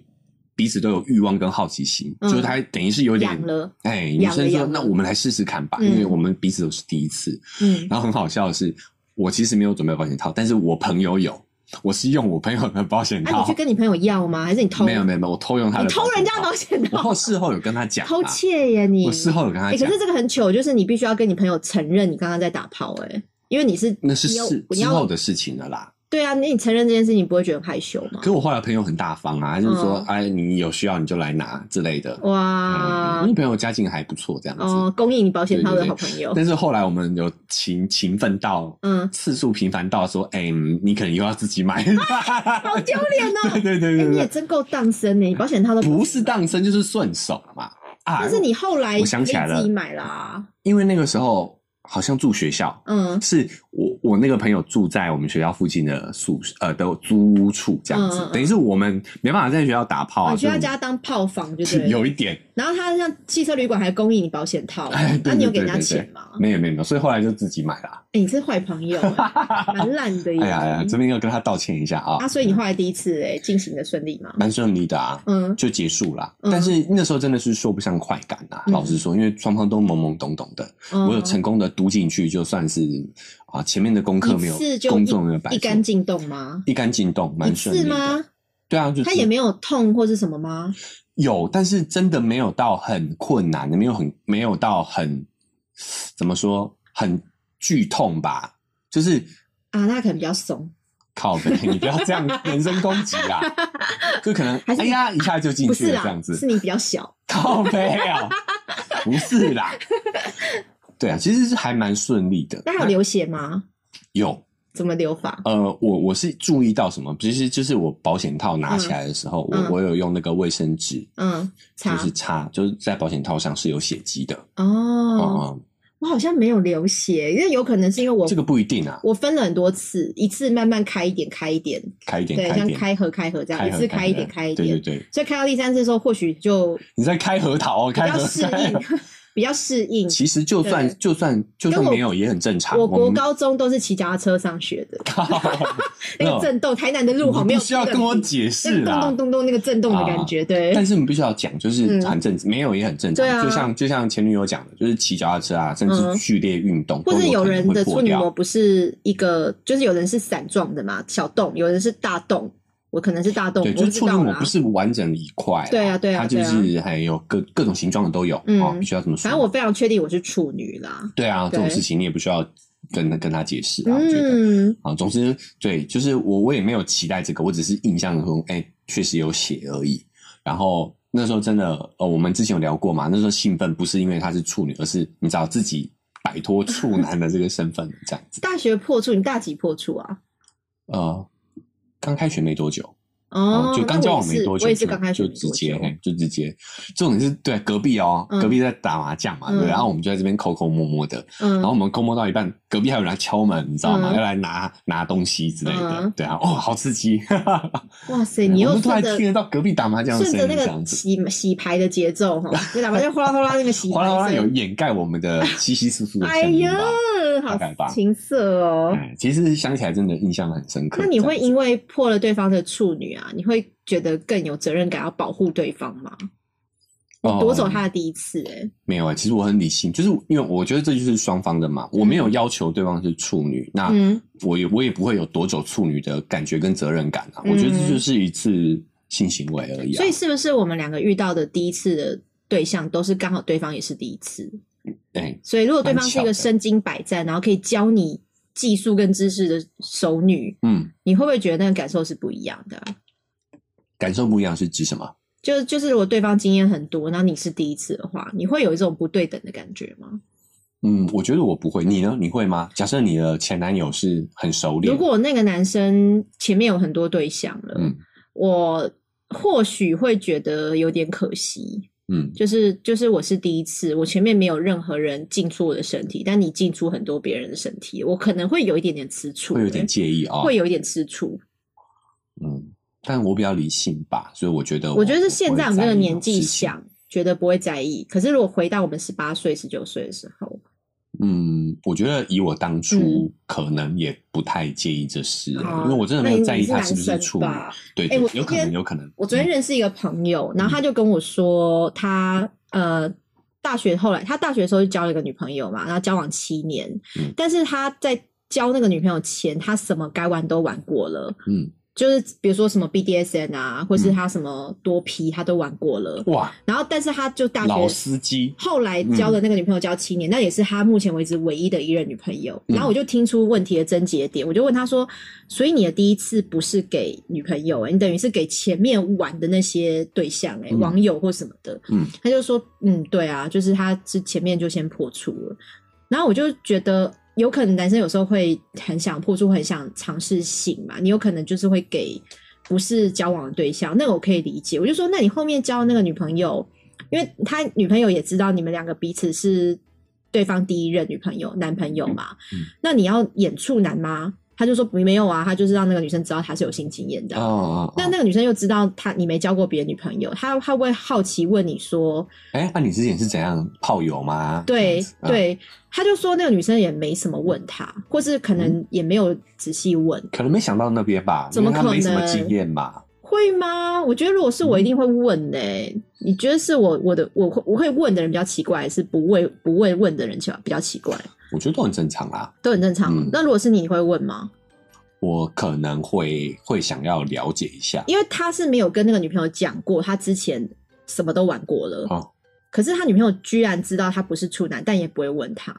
B: 彼此都有欲望跟好奇心，
A: 嗯
B: 就是他等于是有点
A: 养了，
B: 哎，
A: 养
B: 女
A: 了
B: 生说
A: 养了
B: 那我们来试试看吧，
A: 嗯
B: 因为我们彼此都是第一次。
A: 嗯，
B: 然后很好笑的是，我其实没有准备保险套，但是我朋友有，我是用我朋友的保险
A: 那、啊你
B: 套
A: 去，跟你朋友要吗？还是你偷？
B: 没有没有没有，我偷用他的，
A: 你偷人家的保险
B: 我
A: 套
B: 后，事后有跟他讲啊，
A: 偷窃耶你！
B: 我事后有跟他
A: 哎、
B: 讲
A: 可是，这个很糗，就是你必须要跟你朋友承认你刚刚在打炮、哎，因为你是
B: 那是
A: 你有
B: 事
A: 你
B: 之后
A: 要
B: 的事情了啦。
A: 对啊，那你承认这件事，你不会觉得很害羞吗
B: 可？是我后来朋友很大方啊，他就是说
A: 嗯
B: 哎，你有需要你就来拿之类的。
A: 哇
B: 嗯，因为朋友家境还不错，这样子。
A: 哦，供应你保险套的
B: 对对对
A: 好朋友，
B: 但是后来我们有勤勤奋到，
A: 嗯，
B: 次数频繁到说，哎、你可能又要自己买。
A: 哎好丢脸
B: 对
A: 哦！
B: 对对
A: 哎、
B: 对
A: 你也
B: 对，
A: 真够当生呢、你保险套都
B: 不是当生就是顺手嘛啊！
A: 但是你后来
B: 我想起来了
A: 可以自己买啦，
B: 因为那个时候好像住学校，
A: 嗯
B: 是我我那个朋友住在我们学校附近的宿舍呃的租屋处这样子，
A: 嗯嗯嗯
B: 等于是我们没办法在学校打炮
A: 哦
B: 啊，
A: 你去他
B: 所以
A: 家当炮房就
B: 我
A: 对
B: 们
A: 了。
B: 有一点
A: 然后他像汽车旅馆还供应你保险套，
B: 哎对
A: 那、你有给人
B: 对
A: 家
B: 对对
A: 钱吗？
B: 没有没有没有，所以后来就自己买了。
A: 哎、你是坏朋友、哎蛮烂的耶。
B: 哎呀哎呀，这边要跟他道歉一下啊，
A: 嗯啊，所以你后来第一次哎、进行的顺利吗？
B: 蛮顺利的啊。
A: 嗯，
B: 就结束啦。
A: 嗯
B: 但是那时候真的是说不上快感啊，
A: 嗯
B: 老实说，因为双方都懵懵懂懂的。
A: 嗯
B: 我有成功的读进去，就算是啊前面的功课没有
A: 一次，就
B: 工作没有白
A: 一
B: 做
A: 干净洞吗？
B: 一干净洞，
A: 一
B: 蛮顺利
A: 次
B: 的。
A: 吗？
B: 对啊，就是
A: 他也没有痛或是什么吗？
B: 有，但是真的没有到很困难，没有很没有到很怎么说很剧痛吧，就是。
A: 啊，那可能比较怂，
B: 靠背，你不要这样人身攻击 啦！就可能
A: 还是
B: 哎呀一下就进
A: 不
B: 去
A: 是
B: 了这
A: 啦
B: 样，子，
A: 是你比较小。
B: 靠背啊，不 是啦，对啊，其实是还蛮顺利的。
A: 那还有流血吗？
B: 有
A: 怎么流法？
B: 呃，我我是注意到什么？其实就是我保险套拿起来的时候，
A: 嗯嗯
B: 我我有用那个卫生纸，
A: 嗯，
B: 就
A: 擦
B: 是擦，就是在保险套上是有血迹的。
A: 哦，
B: 哦、
A: 我好像没有流血，因为有可能是因为我
B: 这个不一定啊，
A: 我分了很多次，一次慢慢开一点，开一点，
B: 开一点，
A: 对，
B: 开一
A: 像
B: 点，
A: 开合开合这样，一
B: 盒
A: 次开一点，
B: 盒
A: 开一
B: 对
A: 点，
B: 对对，
A: 所以开到第三次的时候，或许就
B: 你在开核桃哦，
A: 比
B: 开
A: 较
B: 核
A: 适
B: 开核。
A: 应，比较适应。
B: 其实就
A: 对
B: 算就算就算
A: 跟我
B: 没有也很正常。
A: 我国
B: 们
A: 高中都是骑脚踏车上学的，
B: 靠， 嗯
A: 那个震动，台南的路好
B: 你
A: 没有
B: 不需要
A: 那个
B: 跟我解释
A: 那个
B: 啦。啊
A: 咚咚咚咚那个震动的感觉，对。
B: 但是我们必须要讲，就是很正，没有也很正
A: 嗯
B: 常。
A: 对啊
B: 就像就像前女友讲的，就是骑脚踏车啊，甚
A: 嗯
B: 至剧烈运动，
A: 或
B: 都
A: 者有
B: 可能
A: 人
B: 会
A: 的
B: 破
A: 处女
B: 掉
A: 膜不是一个，就是有人是伞状的嘛，小洞；有人是大洞，我可能是大洞，
B: 对，
A: 我
B: 就是
A: 不知
B: 处女
A: 道
B: 膜
A: 啦
B: 不。是完整的一块啦。
A: 对啊对啊
B: 它就是还有各各种形状的都有
A: 嗯
B: 哦，必须要这么说。
A: 反正我非常确定我是处女啦。
B: 对啊，这
A: 对
B: 种事情你也不需要跟跟他解释啊，我觉得。
A: 嗯，
B: 啊，总之，对，就是我我也没有期待这个，我只是印象中，哎、确实有血而已。然后那时候真的，呃，我们之前有聊过嘛，那时候兴奋不是因为她是处女，而是你找自己摆 脱处男的这个身份这样子。
A: 大学破处，你大几破处啊？
B: 呃，刚开学没多久，
A: 哦
B: 嗯，就刚
A: 那
B: 交
A: 我
B: 往
A: 也
B: 没
A: 是
B: 多久，
A: 我也是
B: 就
A: 刚开始
B: 就直接嘿就直接，这种是对隔壁哦，
A: 嗯
B: 隔壁在打麻将嘛，对不对，
A: 嗯
B: 然后我们就在这边抠抠摸摸的，
A: 嗯
B: 然后我们抠摸到一半，隔壁还有人来敲门，你知道吗？
A: 嗯
B: 要来拿拿东西之类的
A: 嗯，
B: 对啊，哦，好刺激！
A: 哇塞，你
B: 我
A: 又
B: 们突然
A: 顺着
B: 听得到隔壁打麻将的
A: 顺
B: 声
A: 着
B: 音，
A: 那
B: 这样
A: 个
B: 子，
A: 洗洗牌的节奏 哈，就打麻将哗啦哗啦那个洗牌
B: 哗啦哗啦
A: 声
B: 有掩盖我们的稀稀疏疏的
A: 哎
B: 声音
A: 呀
B: 吧。，大概
A: 好
B: 吧
A: 情色哦。
B: 哎，其实想起来真的印象很深刻。
A: 那你
B: 这样
A: 会
B: 子
A: 因为破了对方的处女啊，你会觉得更有责任感，要保护对方吗？你
B: 哦
A: 夺走他的第一次、欸，
B: 没有哎、其实我很理性，就是因为我觉得这就是双方的嘛，我没有要求对方是处女，那
A: 嗯
B: 我也我也不会有夺走处女的感觉跟责任感啊。
A: 嗯
B: 我觉得这就是一次性行为而已啊
A: 所以。是不是我们两个遇到的第一次的对象都是刚好对方也是第一次？
B: 哎，
A: 所以如果对方是一个
B: 蛮巧的
A: 身经百战，然后可以教你技术跟知识的熟女，
B: 嗯，
A: 你会不会觉得那个感受是不一样的啊、
B: 感受不一样是指什么？
A: 就就是如果对方经验很多，然后你是第一次的话，你会有一种不对等的感觉吗？
B: 嗯，我觉得我不会，你呢？你会吗？假设你的前男友是很熟练，
A: 如果那个男生前面有很多对象了，
B: 嗯
A: 我或许会觉得有点可惜，
B: 嗯
A: 就是就是我是第一次，我前面没有任何人进出我的身体，但你进出很多别人的身体，我可能会有一点点吃醋、
B: 会有
A: 欸
B: 点介意啊、
A: 会有一点吃醋。
B: 嗯，但我比较理性吧，所以我觉得
A: 我觉得是现在我们这个年纪
B: 想，
A: 想，觉得不会在意。可是如果回到我们十八岁、十九岁的时候，
B: 嗯，我觉得以我当
A: 嗯
B: 初可能也不太介意这事，
A: 哦啊
B: 因为我真的没有在意他是不是处女。嗯对，
A: 哎我
B: 有可
A: 今
B: 能，
A: 天
B: 有可能。
A: 我昨天认识一个朋友，然后
B: 嗯
A: 他就跟我说，他呃大学后来他大学的时候就交了一个女朋友嘛，然后交往七年，
B: 嗯
A: 但是他在交那个女朋友前，他什么该玩都玩过了。
B: 嗯，
A: 就是比如说什么 BDSN 啊，或是
B: 嗯
A: 他什么多批，他都玩过了。
B: 哇，
A: 然后，但是他就大
B: 老嗯
A: 学
B: 司机，
A: 后来交的那个女朋友交七年，那也是他目前为止唯一的一任女朋友。
B: 嗯
A: 然后我就听出问题的症结点，我就问他说：“所以你的第一次不是给女朋友、欸，你等于是给前面玩的那些对象、欸，哎、
B: 嗯
A: 网友或什么的。”
B: 嗯，
A: 他就说：“嗯，对啊，就是他是前面就先破处了。”然后我就觉得。有可能男生有时候会很想破处，很想尝试性嘛，你有可能就是会给不是交往的对象，那个我可以理解。我就说，那你后面交的那个女朋友，因为他女朋友也知道你们两个彼此是对方第一任女朋友、男朋友嘛，
B: 嗯嗯
A: 那你要演处男吗？他就说没有啊，他就是让那个女生知道他是有性经验的。
B: 哦哦，
A: 那那个女生又知道他你没交过别的女朋友，她她会不会好奇问你说，
B: 哎，那你之前是怎样炮友吗？
A: 对
B: 嗯
A: 对，他就说那个女生也没什么问他，或是可能
B: 嗯
A: 也没有仔细问，
B: 可能没想到那边吧，
A: 怎么
B: 因为他没什么
A: 可能
B: 经验吧。
A: 会吗？我觉得如果是我，一定会
B: 嗯
A: 问呢、你觉得是我我的我会我会问的人比较奇怪，还是不问不问问的人比较奇怪？
B: 我觉得都很正常啦。
A: 都很正常。
B: 嗯
A: 那如果是你，你会问吗？
B: 我可能会会想要了解一下，
A: 因为他是没有跟那个女朋友讲过，他之前什么都玩过了。
B: 哦
A: 可是他女朋友居然知道他不是处男，但也不会问他。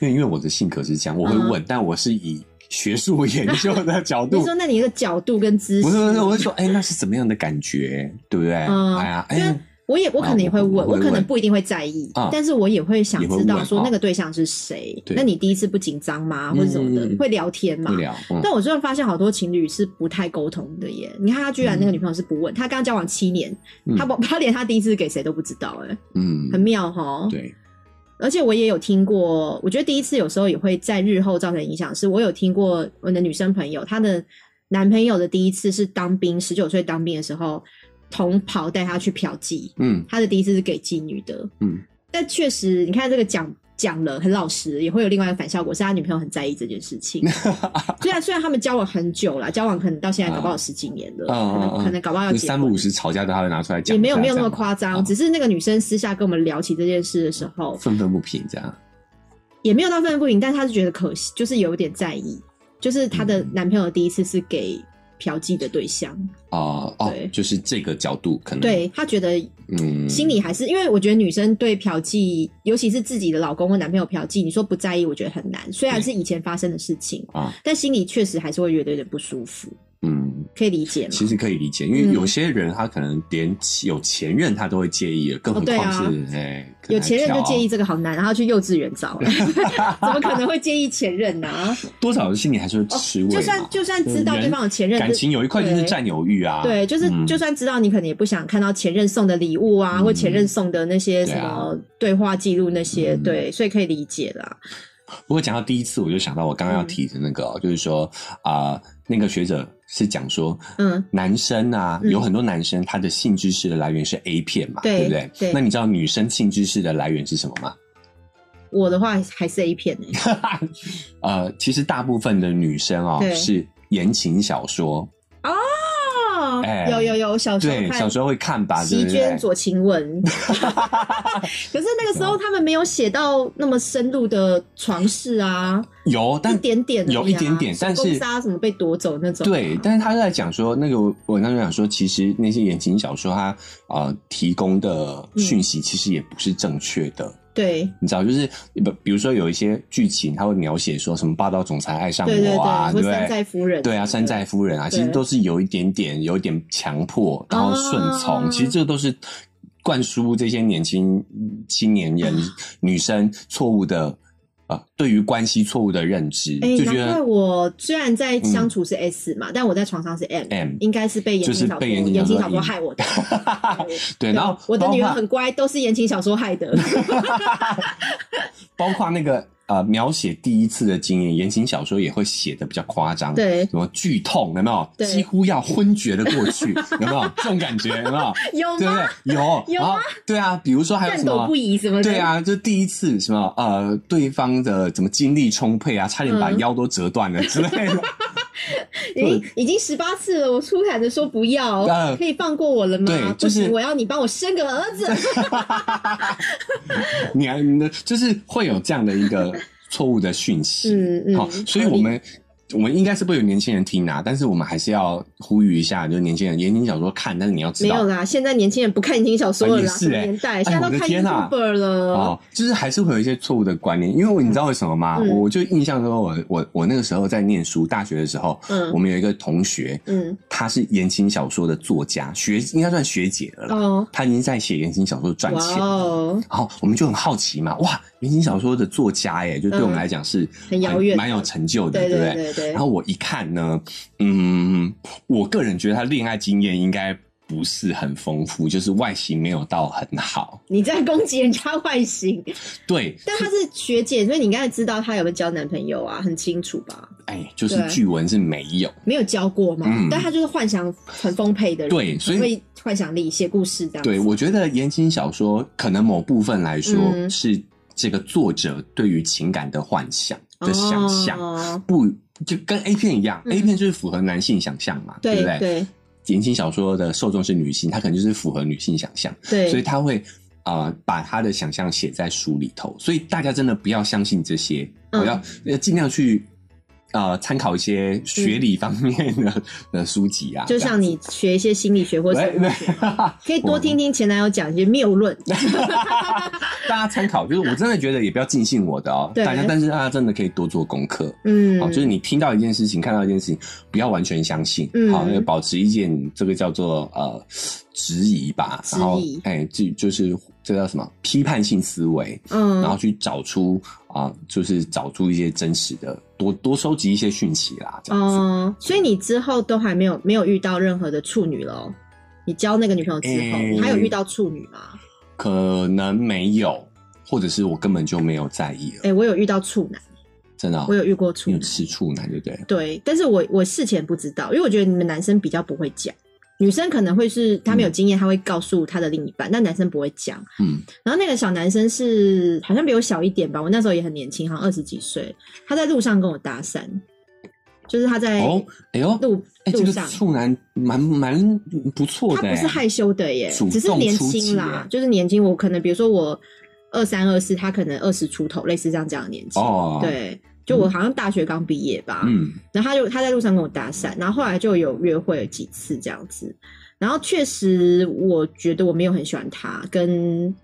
B: 因为因为我的性格是这样，我会
A: 嗯
B: 问，但我是以学术研究的角
A: 你
B: 度
A: 说， 那你一个角度跟姿势，
B: 不是不是，我会说，哎，那是怎么样的感觉，对不对？
A: 嗯
B: 哎呀，哎
A: 因为
B: 呀，
A: 我也我可能也会问，
B: 啊
A: 我
B: 我我会
A: 可能
B: 问
A: 不一定会在意，
B: 啊
A: 但是我也会想
B: 也会
A: 知道
B: 问
A: 说
B: 啊
A: 那个对象是谁。
B: 对
A: 那你第一次不紧张吗，或者什么的？
B: 嗯嗯嗯
A: 会聊天吗
B: 不？聊，嗯
A: 但我真的发现好多情侣是不太沟通的耶。你看他居然那个女朋友是不问，他刚交往七年，
B: 嗯
A: 他不他连他第一次给谁都不知道，哎，很
B: 嗯，
A: 妙哈。
B: 对，
A: 而且我也有听过，我觉得第一次有时候也会在日后造成影响。是我有听过我的女生朋友，她的男朋友的第一次是当兵，十九岁当兵的时候，同袍带她去嫖妓，
B: 嗯
A: 她的第一次是给妓女的。
B: 嗯，
A: 但确实，你看这个讲讲了很老实，也会有另外一个反效果，是她女朋友很在意这件事情。 虽然虽然他们交往很久了，交往可能到现在搞不好十几年了，
B: 嗯
A: 可
B: 嗯
A: 能
B: 嗯
A: 可能搞不好要
B: 就
A: 结
B: 三
A: 婚
B: 不五时吵架都还会拿出来讲
A: 也
B: 一下，
A: 没有没有那么
B: 这样
A: 夸张，
B: 嗯
A: 只是那个女生私下跟我们聊起这件事的时候，
B: 愤愤不平这样，
A: 也没有到愤愤不平，但她是觉得可惜，就是有点在意，就是她的
B: 嗯
A: 男朋友第一次是给嫖妓的对象，
B: 哦哦
A: 对，
B: 就是这个角度可能，
A: 对她觉得
B: 嗯，
A: 心里还是、因为我觉得女生对嫖妓，尤其是自己的老公或男朋友嫖妓，你说不在意，我觉得很难，虽然
B: 对
A: 是以前发生的事情，
B: 啊，
A: 但心里确实还是会觉得有点不舒服，
B: 嗯，
A: 可以理解吗？
B: 其实可以理解，因
A: 嗯
B: 为有些人他可能连有前任他都会介意了，更
A: 哦
B: 何
A: 对啊
B: 况是哎、可能
A: 有前任就
B: 还
A: 介意
B: 挑，
A: 这个好难，然后去幼稚园找，啊 怎么可能会介意前任呢、啊？
B: 多少心里还是会
A: 哦
B: 吃味嘛、
A: 就算就算知道对方有前任，
B: 感情有一块就是
A: 对
B: 占有欲啊，
A: 对，就是、
B: 嗯
A: 就算知道你可能也不想看到前任送的礼物啊，
B: 嗯
A: 或前任送的那些
B: 对
A: 什
B: 啊
A: 么对话记录那些，
B: 嗯
A: 对，所以可以理解啦。
B: 不过讲到第一次，我就想到我
A: 嗯
B: 刚刚要提的那个、哦，就是说啊、那个学者是讲说，
A: 嗯，
B: 男生啊，
A: 嗯
B: 有很多男生他的性知识的来源是 A 片嘛，
A: 对
B: 不对？
A: 对
B: 那你知道女生性知识的来源是什么吗？
A: 我的话还是 A 片欸呢、
B: 呃，其实大部分的女生哦
A: 对
B: 是言情小说，
A: 哦，
B: 哎
A: 有有有，小时候
B: 对，
A: 看
B: 小时候会看吧，对
A: 席
B: 不
A: 娟、
B: 对？
A: 左晴 雯，可是那个时候他们没有写到那么深入的床事啊，
B: 有，但
A: 一点点而已啊、
B: 有一点点，但
A: 公
B: 是
A: 杀什么被夺走那种、
B: 对，但是他在讲说，那个文章就讲说，其实那些言情小说它呃提供的
A: 嗯
B: 讯息其实也不是正确的。
A: 对
B: 你知道，就是不，比如说有一些剧情，它会描写说什么霸道总裁爱上
A: 对对
B: 我啊，
A: 对，或
B: 不
A: 山
B: 对？
A: 寨夫人，
B: 对啊，山寨夫人啊，其实
A: 对
B: 都是有一点点，有一点强迫，然后顺从，
A: 啊
B: 其实这都是灌输这些年轻青年人、
A: 啊
B: 女生错误的啊、呃对于关系错误的认知，
A: 哎、
B: 就觉
A: 难怪
B: 得嗯
A: 我虽然在相处是 S 嘛，但我在床上是 M，,
B: M
A: 应该是被言情
B: 就
A: 小
B: 是
A: 说、
B: 被言情
A: 言情小
B: 小
A: 说
B: 说
A: 害我的。
B: 对，然后
A: 我的
B: 包
A: 女儿
B: 括
A: 很乖，都是言情小说害的。
B: 包括那个呃描写第一次的经验，言情小说也会写的比较夸张，，
A: 对，
B: 什么剧痛有没有？
A: 对
B: 几乎要昏厥的过 去，有没有这种感觉？有没有？
A: 有
B: 对不
A: 吗？
B: 对？有
A: 有
B: 然后对啊，比如说还有
A: 战
B: 什
A: 斗
B: 么
A: 不？已什么的，
B: 对，啊，就第一次什么呃，对方的怎么精力充沛啊，差点把
A: 嗯
B: 腰都折断了之类的。
A: 已经已经十八次了，我出喊的说不要，
B: 呃
A: 可以放过我了吗？
B: 对就是
A: 不行我要你帮我生个儿 子。
B: 你还你的就是会有这样的一个错误的讯息。
A: 嗯嗯，
B: 好，所以我们我们应该是不会有年轻人听啊，但是我们还是要呼吁一下，就是年轻人言情小说看，但是你要知
A: 没有
B: 道
A: 啦，现在年轻人不看言情小说了啦，
B: 啊也是
A: 什么
B: 欸
A: 年代？
B: 哎
A: 现在
B: 我
A: 都
B: 的
A: 看
B: 天哪
A: YouTuber 了。
B: 哦，就是还是会有一些错误的观念，因为我你知道为什么吗？
A: 嗯
B: 我就印象中我我我那个时候在念书，大学的时候，
A: 嗯
B: 我们有一个同学，
A: 嗯，
B: 他是言情小说的作家，学应该算学姐了啦，
A: 哦，
B: 他已经在写言情小说赚
A: 哇
B: 钱了。
A: 哦，
B: 然后我们就很好奇嘛，哇，言情小说的作家耶，就对我们
A: 嗯
B: 来讲是
A: 很遥远的
B: 蛮有成就的，
A: 对
B: 不
A: 对对对，
B: 然后我一看呢，嗯，我个人觉得他恋爱经验应该不是很丰富，就是外形没有到很好。
A: 你在攻击人家外形，
B: 对，
A: 但她是学姐，所以你应该知道她有没有交男朋友啊，很清楚吧？
B: 哎，就是
A: 对
B: 据闻是没有。
A: 没有交过嘛，
B: 嗯
A: 但她就是幻想很丰沛的人，
B: 对所以
A: 很会幻想力写故事这样子。
B: 对，我觉得言情小说可能某部分来说、
A: 嗯
B: 是这个作者对于情感的幻想的想象，
A: 哦、
B: 不就跟 A 片一样、
A: 嗯
B: a 片就是符合男性想象嘛，
A: 对
B: 不对？
A: 对
B: 言情小说的受众是女性，她可能就是符合女性想象。
A: 对，
B: 所以他会呃把他的想象写在书里头。所以大家真的不要相信这些，
A: 嗯
B: 我要要尽量去呃参考一些学理方面的、的书籍
A: 嗯
B: 啊，
A: 就像你学一些心理学或
B: 这
A: 者
B: 样子。对对，
A: 可以多听听前男友讲一些谬论。
B: 大家参考，就是我真的觉得也不要尽信我的哦，
A: 对
B: 大家，但是大家真的可以多做功课。
A: 嗯，
B: 好，就是你听到一件事情，看到一件事情，不要完全相信，
A: 嗯
B: 好，要保持一件这个叫做呃质疑吧，
A: 质疑
B: 然后哎，这就是这叫什么批判性思维，
A: 嗯，
B: 然后去找出啊、就是找出一些真实的，多多收集一些讯息啦，这样子。
A: 哦，所以你之后都还没有没有遇到任何的处女了哦？你交那个女朋友之后，
B: 诶
A: 你还有遇到处女吗？
B: 可能没有，或者是我根本就没有在意了，
A: 哎、我有遇到处男，
B: 真的哦、
A: 我有遇过处
B: 你有
A: 男，
B: 吃处男，对不对？
A: 对，但是我我事前不知道，因为我觉得你们男生比较不会讲，女生可能会是他们有经验，他会告诉他的另一半，但男生不会讲。
B: 嗯，
A: 然后那个小男生是好像比我小一点吧，我那时候也很年轻，好像二十几岁，他在路上跟我搭讪，就是他在
B: 哦，哎呦，
A: 路、
B: 哎，这
A: 路
B: 个
A: 上。
B: 处男蛮蛮不错
A: 他
B: 的，欸
A: 不是害，羞的耶
B: 主，
A: 只是
B: 动
A: 年
B: 出击啊
A: 轻
B: 耶
A: 啦，就是年轻。我可能比如说我二三二四，他可能二十出头，类似这样这样的年纪。
B: 哦，，
A: 对，就我好像大学刚毕业吧，
B: 嗯，
A: 然后他就他在路上跟我搭讪，然后后来就有约会了几次这样子。然后确实，我觉得我没有很喜欢他，跟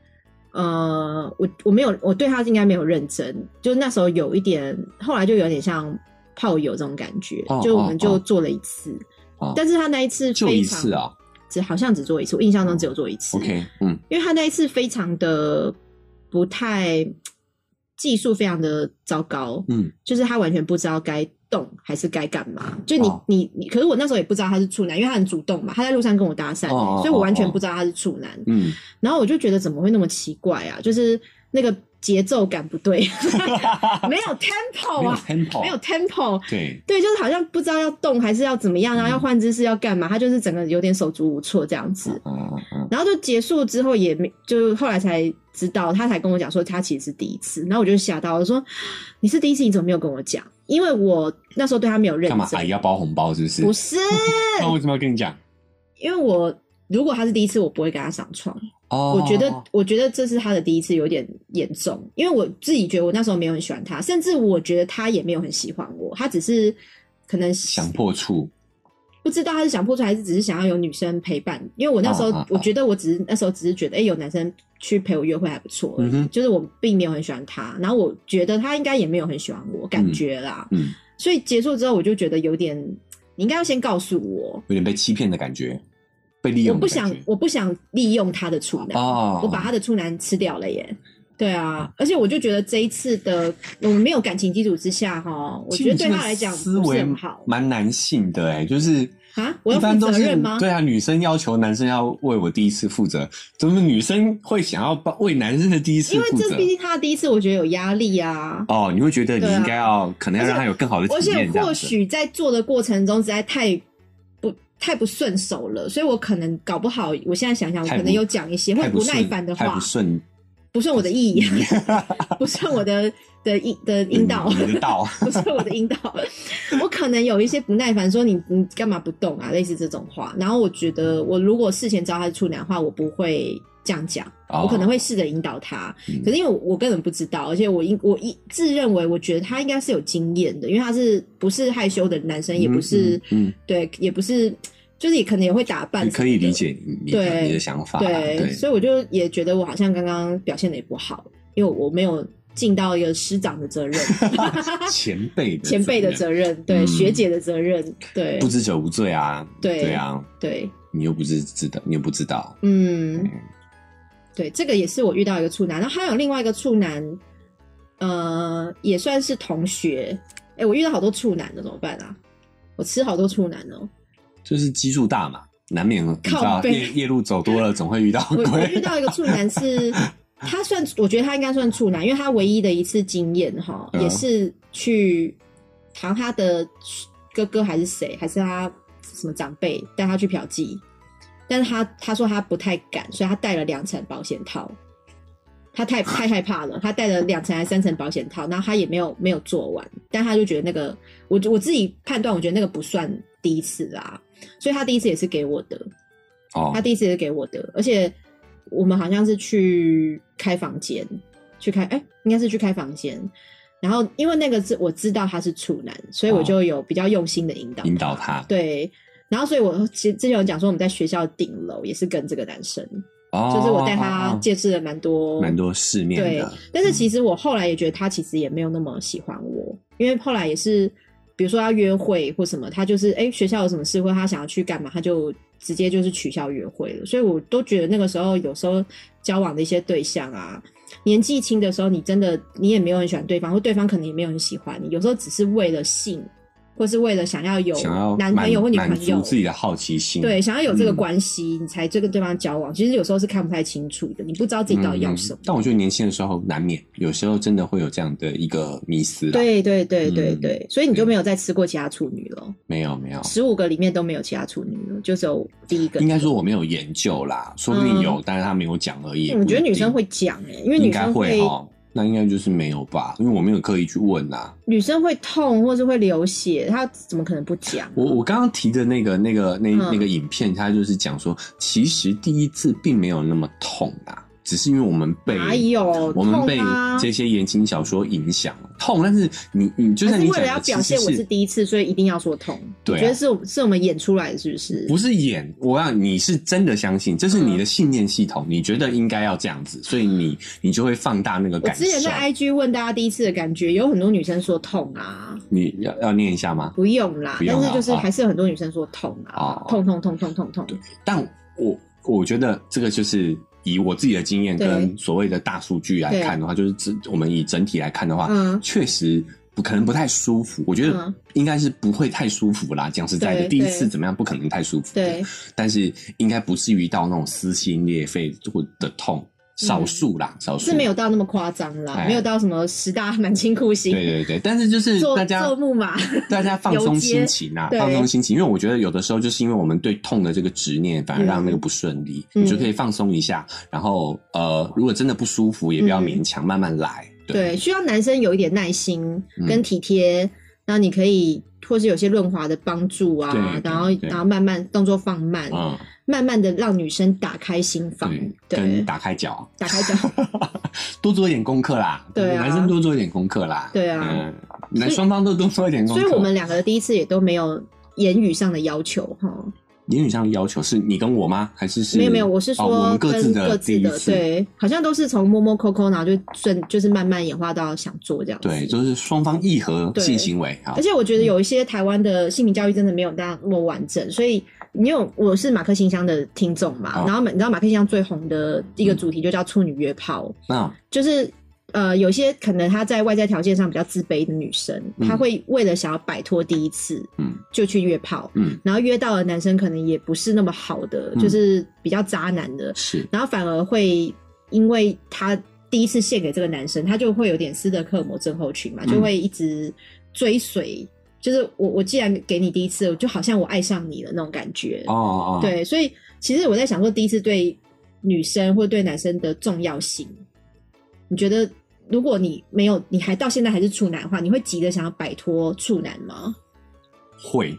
A: 呃，我我没有我对他应该没有认真，就那时候有一点，后来就有点像炮友这种感觉，
B: 哦
A: 就我
B: 哦
A: 们就
B: 哦
A: 做了一次，
B: 哦
A: 但是他那一次
B: 就
A: 非
B: 一
A: 常
B: 次啊
A: 只好像只做一次，我印象中只有做一次。
B: ，OK，嗯，
A: 因为他那一次非常的不太技术，非常的糟糕，
B: 嗯，
A: 就是他完全不知道该动还是该干嘛。就你、
B: 哦
A: 你你，可是我那时候也不知道他是处男，因为他很主动嘛，他在路上跟我搭讪、
B: 哦哦
A: 所以我完
B: 哦
A: 全
B: 哦
A: 不知道他是处男。
B: 嗯，
A: 然后我就觉得怎么会那么奇怪啊？就是那个节奏感不对， 没有 tempo
B: 没有哦
A: 啊，
B: tempo，
A: 没有 tempo，
B: 对，
A: 对，就是好像不知道要动还是要怎么样，然后
B: 嗯
A: 要换姿势要干嘛，他就是整个有点手足无措这样子。
B: 嗯嗯嗯，
A: 然后就结束之后也没，就后来才知道，他才跟我讲说他其实是第一次，然后我就吓到，我说你是第一次，你怎么没有跟我讲？因为我那时候对他没有认
B: 干嘛？阿姨
A: 真，
B: 要包红包是不是？
A: 不是，
B: 那为什么要跟你讲？
A: 因为我如果他是第一次，我不会跟他上床。
B: 哦，
A: 我觉得，我觉得这是他的第一次，有点严重，因为我自己觉得我那时候没有很喜欢他，甚至我觉得他也没有很喜欢我，他只是可能
B: 想破处，
A: 不知道他是想破处还是只是想要有女生陪伴。因为我那时候，
B: 啊啊啊
A: 我觉得我只是那时候只是觉得，哎、有男生去陪我约会还不错、
B: 嗯哼
A: 就是我并没有很喜欢他，然后我觉得他应该也没有很喜欢我，感觉啦。
B: 嗯，
A: 所以结束之后，我就觉得有点，你应该要先告诉我，
B: 有点被欺骗的感觉，被利
A: 我
B: 用的
A: 不
B: 感觉，
A: 想，我不想利用他的处男。
B: 哦，嗯
A: 我把他的处男吃掉了耶。对啊，而且我就觉得这一次的我们没有感情基础之下，哈，我觉得对他来讲
B: 其实你这
A: 不
B: 个
A: 是
B: 思维
A: 很好。
B: 蛮男性的哎、就是
A: 啊，我
B: 一
A: 要
B: 般
A: 负
B: 都
A: 责
B: 是
A: 任吗？
B: 对啊，女生要求男生要为我第一次负责，怎么女生会想要帮为男生的第一次
A: 因为
B: 负
A: 这
B: 责
A: 毕？竟他的第一次，我觉得有压力啊。
B: 哦，你会觉得你
A: 对啊
B: 应该要，可能要
A: 而且
B: 让他有更好的
A: 而
B: 体
A: 且
B: 验，这
A: 或
B: 样子。
A: 许在做的过程中，实在太不太不顺手了，所以我可能搞不好，我现在想想，我
B: 太
A: 可
B: 不
A: 能有讲一些或
B: 太
A: 者
B: 不
A: 不耐
B: 顺
A: 烦的
B: 太
A: 话
B: 不，顺
A: 不顺我的意， 不顺我的的引的引导，
B: 你 你的道
A: 不是我的引导，我可能有一些不耐烦，说你你干嘛不动啊，类似这种话。然后我觉得，我如果事前知道他是处男的话，我不会这样讲，
B: 哦
A: 我可能会试着引导他。
B: 嗯
A: 可是因为我我根本不知道，而且我应我一自认为，我觉得他应该是有经验的，因为他是不是害羞的男生，也不是、
B: 嗯，嗯
A: 对，也不是就是也可能也会打扮
B: 嗯，
A: 什么的，
B: 可以理解你你的
A: 对
B: 你的想法啦，
A: 对，
B: 对，
A: 所以我就也觉得我好像刚刚表现的也不好，因为我没有尽到一个师长的 责任。
B: 前辈的
A: 前辈的
B: 责
A: 责任，对、
B: 嗯
A: 学姐的责任，对
B: 任不知者无罪啊，
A: 对
B: 对啊，
A: 对，
B: 你又不是知道，你又不知道，
A: 嗯
B: 嗯，
A: 对，这个也是我遇到一个处男，然后还有另外一个处男，呃，也算是同学。哎、我遇到好多处男的，怎么办啊？我吃好多处男哦、
B: 就是基数大嘛，难免你知
A: 靠
B: 道
A: 背
B: 夜夜路走多了，总会遇到
A: 我我遇
B: 鬼。
A: 到一个处男是，他算，我觉得他应该算处男，因为他唯一的一次经验哈，
B: 嗯
A: 也是去，好像他的哥哥还是谁，还是他什么长辈带他去嫖妓，但是他他说他不太敢，所以他带了两层保险套。他太太害怕了，他带了两层还是三层保险套，然后他也没有没有做完，但他就觉得那个我我自己判断，我觉得那个不算第一次啦，所以他第一次也是给我的，
B: 哦
A: 他，第一次也是给我的，而且我们好像是去开房间，去开，哎、应该是去开房间。然后因为那个是我知道他是处男，所以我
B: 哦
A: 就有比较用心的引导。
B: 引导他
A: 对，然后所以我其实之前有讲说我们在学校顶楼也是跟这个男生，
B: 哦，
A: 就是我带
B: 哦
A: 他
B: 哦
A: 见识了蛮多
B: 蛮多世面
A: 对
B: 的，，嗯
A: 但是其实我后来也觉得他其实也没有那么喜欢我，因为后来也是，比如说要约会或什么，他就是哎、诶学校有什么事或他想要去干嘛，他就直接就是取消约会了。所以我都觉得那个时候有时候交往的一些对象啊，年纪轻的时候，你真的你也没有很喜欢对方，或对方可能也没有很喜欢你，有时候只是为了性，或是为了想要有
B: 想要
A: 男朋友
B: 满
A: 或女
B: 满
A: 朋
B: 足
A: 友
B: 自己的好奇心，
A: 对，想要有这个
B: 嗯
A: 关系，你才这跟对方交往。其实有时候是看不太清楚的，你不知道自己到底要什么。
B: 嗯但我觉得年轻的时候难免，有时候真的会有这样的一个迷思啦。，
A: 对对对对
B: 嗯哦
A: 对，所以你就没有再吃过其他处女了，
B: 没有没有，
A: 十五个里面都没有其他处女了，就只有第一个。
B: 应该说我没有研究啦，说不定有，但是他没有讲而已。
A: 嗯，我嗯觉得
B: 不一定
A: 女生会讲哎、因为
B: 应
A: 女
B: 该
A: 生
B: 会哦，那应该就是没有吧，因为我没有刻意去问啦。
A: 女生会痛或是会流血，她怎么可能不讲啊？
B: 我我刚刚提的那个那个那
A: 嗯
B: 那个影片，它就是讲说，其实第一次并没有那么痛啊，只是因为我们被
A: 哪有
B: 我们
A: 痛
B: 被
A: 啊？
B: 这些言情小说影响了痛，但是你你就
A: 还
B: 像
A: 是
B: 你
A: 为了
B: 讲的，
A: 要
B: 其
A: 表
B: 实
A: 现我是第一次，所以一定要说痛。
B: 对啊
A: 你觉得是我是我们演出来的，是不是？
B: 不是演，我要你是真的相信，这
A: 嗯
B: 是你的信念系统，你觉得应该要这样子，所以你你就会放大那个
A: 我
B: 感受
A: 之。前在 IG 问大家第一次的感觉，有很多女生说痛啊，
B: 你要要念一下吗？
A: 不用啦，
B: 不用
A: 但
B: 啦
A: 是就是
B: 哦
A: 还是有很多女生说痛啊
B: 哦，
A: 痛痛痛痛痛痛。
B: 但我我觉得这个就是以我自己的经验
A: 对
B: 跟所谓的大数据来看的话，就是整我们以整体来看的话，
A: 嗯，
B: 确实不可能不太舒服。我觉得
A: 嗯
B: 应该是不会太舒服啦。讲实在的，
A: 对
B: 第一
A: 对
B: 次怎么样不可能太舒服，
A: 对，
B: 但是应该不至于到那种撕心裂肺或的痛，少数啦，少数
A: 是没有到那么夸张啦
B: 哦哎，
A: 没有到什么十大满清酷刑，
B: 对对对，但是就是
A: 做
B: 大家
A: 做木马
B: 大家放松
A: 游街
B: 心情啊，
A: 对
B: 放松心情，因为我觉得有的时候就是因为我们对痛的这个执念，反而让那个不顺利，
A: 嗯
B: 你就可以放松一下，然后呃，如果真的不舒服，也不要
A: 嗯
B: 勉强，慢慢来。
A: 对，需要男生有一点耐心
B: 嗯
A: 跟体贴，然后你可以或是有些润滑的帮助
B: 对
A: 啊，
B: 对
A: 然后
B: 对
A: 然后慢慢动作放慢，
B: 嗯，
A: 慢慢的让女生打开心房
B: 对，，跟
A: 对，
B: 打开脚，
A: 打开 脚，
B: 多做一点功课啦。
A: 对啊
B: 男生多做一点功课啦。
A: 对啊
B: 嗯，男双方都多做一点功
A: 所
B: 课。
A: 以我们两个的第一次也都没有言语上的要求哈，
B: 言语上的要求是你跟我吗？还是是
A: 没有没有，我是
B: 哦我
A: 说
B: 们各
A: 跟
B: 自
A: 各
B: 的第
A: 自
B: 一
A: 的，
B: 次。
A: 对，好像都是从摸摸抠抠，然后就顺就是慢慢演化到想做这样子，
B: 对，就是双方议和
A: 对
B: 性行为啊
A: 而。且我觉得有一些台湾的性平教育真的没有那么完整，所以你有我是马克信箱的听众嘛，
B: 哦
A: 然后马你知道马克信箱最红的一个主题就叫处女约炮，
B: 那
A: 就是呃，有些可能她在外在条件上比较自卑的女生，
B: 嗯
A: 她会为了想要摆脱第一次，
B: 嗯
A: 就去约炮，
B: 嗯，
A: 然后约到的男生可能也不是那么好的，
B: 嗯
A: 就是比较渣男的，
B: 是，
A: 然后反而会因为她第一次献给这个男生，她就会有点斯德克尔摩症候群嘛，
B: 嗯
A: 就会一直追随，就是我我既然给你第一次，我就好像我爱上你了那种感觉。
B: 哦哦，哦，
A: 对，所以其实我在想说，第一次对女生或对男生的重要性，你觉得如果你没有，你还到现在还是处男的话，你会急着想要摆脱处男吗？
B: 会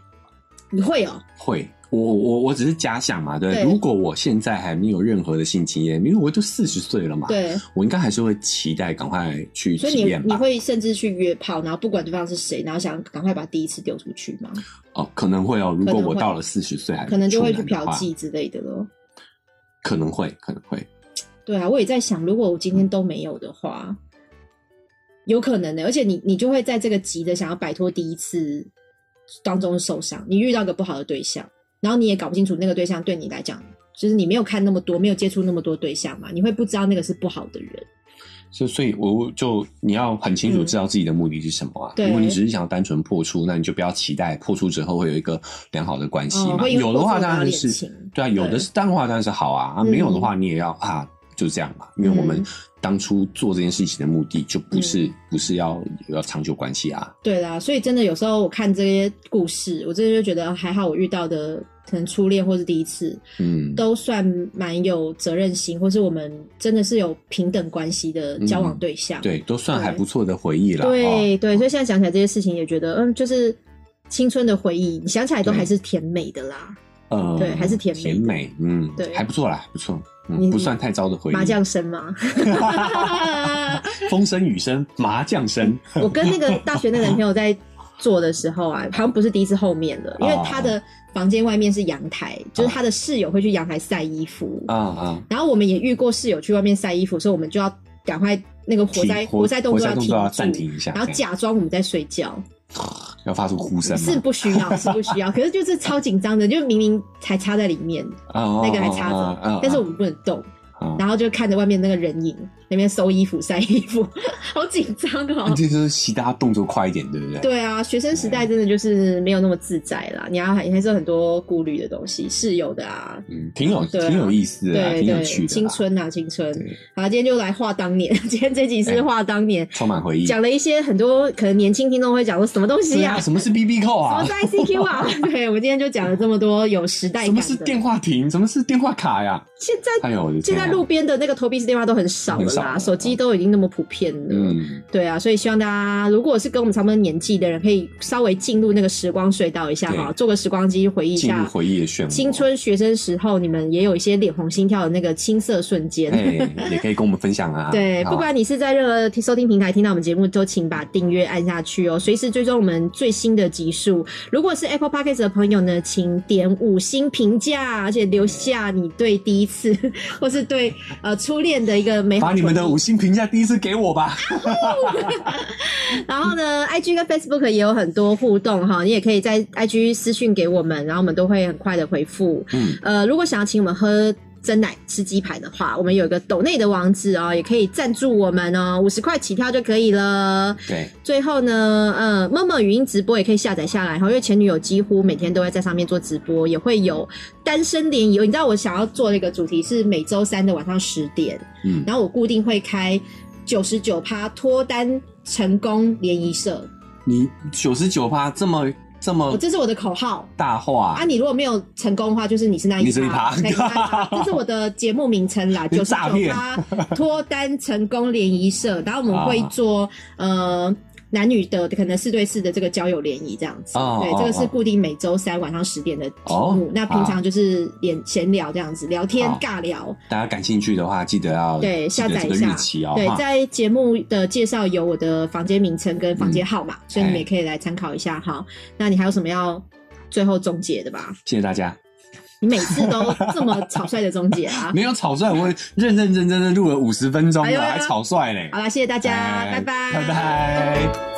A: 你会哦，
B: 会。我我我只是假想嘛，对不对。
A: 对
B: 如果我现在还没有任何的性经验，因为我就四十岁了嘛，
A: 对，
B: 我应该还是会期待赶快去
A: 所以
B: 体
A: 你
B: 验
A: 你
B: 吧。
A: 会甚至去约炮，然后不管对方是谁，然后想赶快把第一次丢出去吗？
B: 哦，可能会哦。如果
A: 可能
B: 我
A: 会
B: 到了四十岁还
A: 可能就会去
B: 处男
A: 嫖
B: 的话
A: 妓，之类的咯。
B: 可能会，可能会。
A: 对啊，我也在想，如果我
B: 嗯
A: 今天都没有的话，有可能的、而且你你就会在这个急的想要摆脱第一次当中受伤，你遇到个不好的对象，然后你也搞不清楚那个对象对你来讲，就是你没有看那么多，没有接触那么多对象嘛，你会不知道那个是不好的人。
B: 所以所以我就你要很清楚知道自己的目的是什么啊。
A: 嗯对
B: 如果你只是想要单纯破处，那你就不要期待破处之后会有一个良好的关系
A: 哦
B: 嘛。
A: 会因为
B: 有的
A: 破
B: 话
A: 处
B: 当
A: 而
B: 然
A: 恋
B: 是
A: 情
B: 对啊，有的
A: 对
B: 是当然话当然是好啊，啊没有的话你也要啊就这样嘛，因为我们
A: 嗯
B: 当初做这件事情的目的就不是不是要要长久关系啊。
A: 对啦，所以真的有时候我看这些故事，我真的就觉得还好，我遇到的可能初恋或是第一次，
B: 嗯，
A: 都算蛮有责任心，或是我们真的是有平等关系的交往对象。
B: 嗯对，都算还
A: 对
B: 不错的回忆啦。
A: 对
B: 哦
A: 对，所以现在想起来这些事情，也觉得嗯，就是青春的回忆，你想起来都
B: 对
A: 还是甜美的啦。
B: 呃，
A: 对还是甜美
B: 甜美，嗯，
A: 对
B: 还不错啦，还不错，
A: 你
B: 嗯，不算太糟的回忆。
A: 麻将声吗？
B: 风声雨声，麻将声，
A: 我跟那个大学那个男朋友在做的时候啊，好像不是第一次后面了，
B: 哦
A: 因为他的房间外面是阳台，就是他的室友会去阳台晒衣服，
B: 啊啊，
A: 然后我们也遇过室友去外面晒衣服，所以我们就要赶快那个活塞
B: 停活
A: 活塞动作
B: 活塞
A: 要
B: 动作要
A: 住
B: 暂停一下
A: 然后
B: 对
A: 假装我们在睡觉。
B: 要发出呼声
A: 是
B: 吗？
A: 不需 要，是不需要。可是就是超紧张的，就明明才插在里面，
B: 那
A: 那个还插
B: 哦啊
A: 着，但是我们不能动，然后就看着外面那个人影那边收衣服、晒衣服， 好紧张哦。
B: 啊这就是其他动作快一点，对不对？
A: 对啊，学生时代真的就是没有那么自在啦，你要还还是有很多顾虑的东西，室友的啊，
B: 嗯，挺有
A: 对啊
B: 挺有意思的啊，
A: 对
B: 挺有
A: 对
B: 趣，的
A: 青
B: 啦，
A: 春啊，青春。
B: 对，
A: 好，
B: 哎
A: 今天就来画当年，今天这集是画当年，
B: 充满回忆。
A: 讲了一些很多可能年轻听众会讲说什么东西
B: 对
A: 呀、
B: 啊，什么是 B B 扣
A: 什
B: 啊
A: 么是？ICQ 啊？对，我们今天就讲了这么多有时代
B: 什
A: 感
B: 么
A: 的。
B: 是电话亭？什么是电话卡呀？
A: 现在
B: 哎呦，我的
A: 现
B: 天啊
A: 在路边的那个投币式电话都很少了
B: 很少
A: 啦，
B: 了
A: 手机都已经那么普遍了。
B: 嗯，
A: 对啊，所以希望大家如果是跟我们差不多年纪的人，可以稍微进入那个时光隧道一下哈，
B: 对
A: 坐个时光机回忆一
B: 进入
A: 下
B: 回忆的漩涡，
A: 青。春学生时候，你们也有一些脸红心跳的那个青涩瞬间。
B: 哎，也可以跟我们分享啊。
A: 对，
B: 好
A: 不管你是在任何收听平台听到我们节目，都请把订阅按下去哦，随时追踪我们最新的集数。如果是 Apple Podcast 的朋友呢，请点五星评价，而且留下你对第一次 或是对呃初恋的一个美好
B: 把
A: 回忆。
B: 你们的五星评价第一次给 我吧。
A: 然后呢，IG 跟 Facebook 也有很多互动哈，你也可以在 IG 私讯给我们，然后我们都会很快的回复。
B: 嗯，
A: 呃，如果想要请我们喝真奶、吃鸡排的话，我们有一个抖内的网址哦，也可以赞助我们哦，五十块起跳就可以了。
B: 对，
A: 最后呢，呃，默默语音直播也可以下载下来哈，因为前女友几乎每天都会在上面做直播，也会有单身联谊。你知道我想要做的一个主题是每周三的晚上十点，
B: 嗯，
A: 然后我固定会开九十九趴脱单成功联谊社，
B: 你九十九趴这么这
A: 我
B: 么
A: 这是我的口号。
B: 大话
A: 啊，，你如果没有成功的话，就是你是那一
B: 你是一
A: 趴，
B: 趴
A: 对那一趴这是我的节目名称 啦，
B: 你
A: 九十
B: 诈
A: 九
B: 骗
A: 趴脱单成功联谊社，然后我们会做、
B: 啊
A: 呃。男女的可能四对四的这个交友联谊这样子，
B: 哦
A: 对，
B: 哦
A: 这个是
B: 哦
A: 固定每周三晚上十点的题目。
B: 哦
A: 那平常就是连闲聊这样子，聊天
B: 好
A: 尬聊，
B: 大家感兴趣的话，记得要
A: 对，
B: 记
A: 下
B: 得
A: 载
B: 这
A: 一
B: 个
A: 下。
B: 日期哦。
A: 对，
B: 哈
A: 在节目的介绍有我的房间名称跟房
B: 嗯
A: 间号码，所以你们也可以来参考一下哈。那你还有什么要最后总结的吧？
B: 谢谢大家。
A: 你每次都这么草率的终结啊！
B: 没有草率，我认认真真的录了五十分钟
A: 哎呦
B: 了，
A: 哎呦
B: 还草率嘞
A: 好。啦，谢谢大家，
B: 哎
A: 拜拜，
B: 拜拜。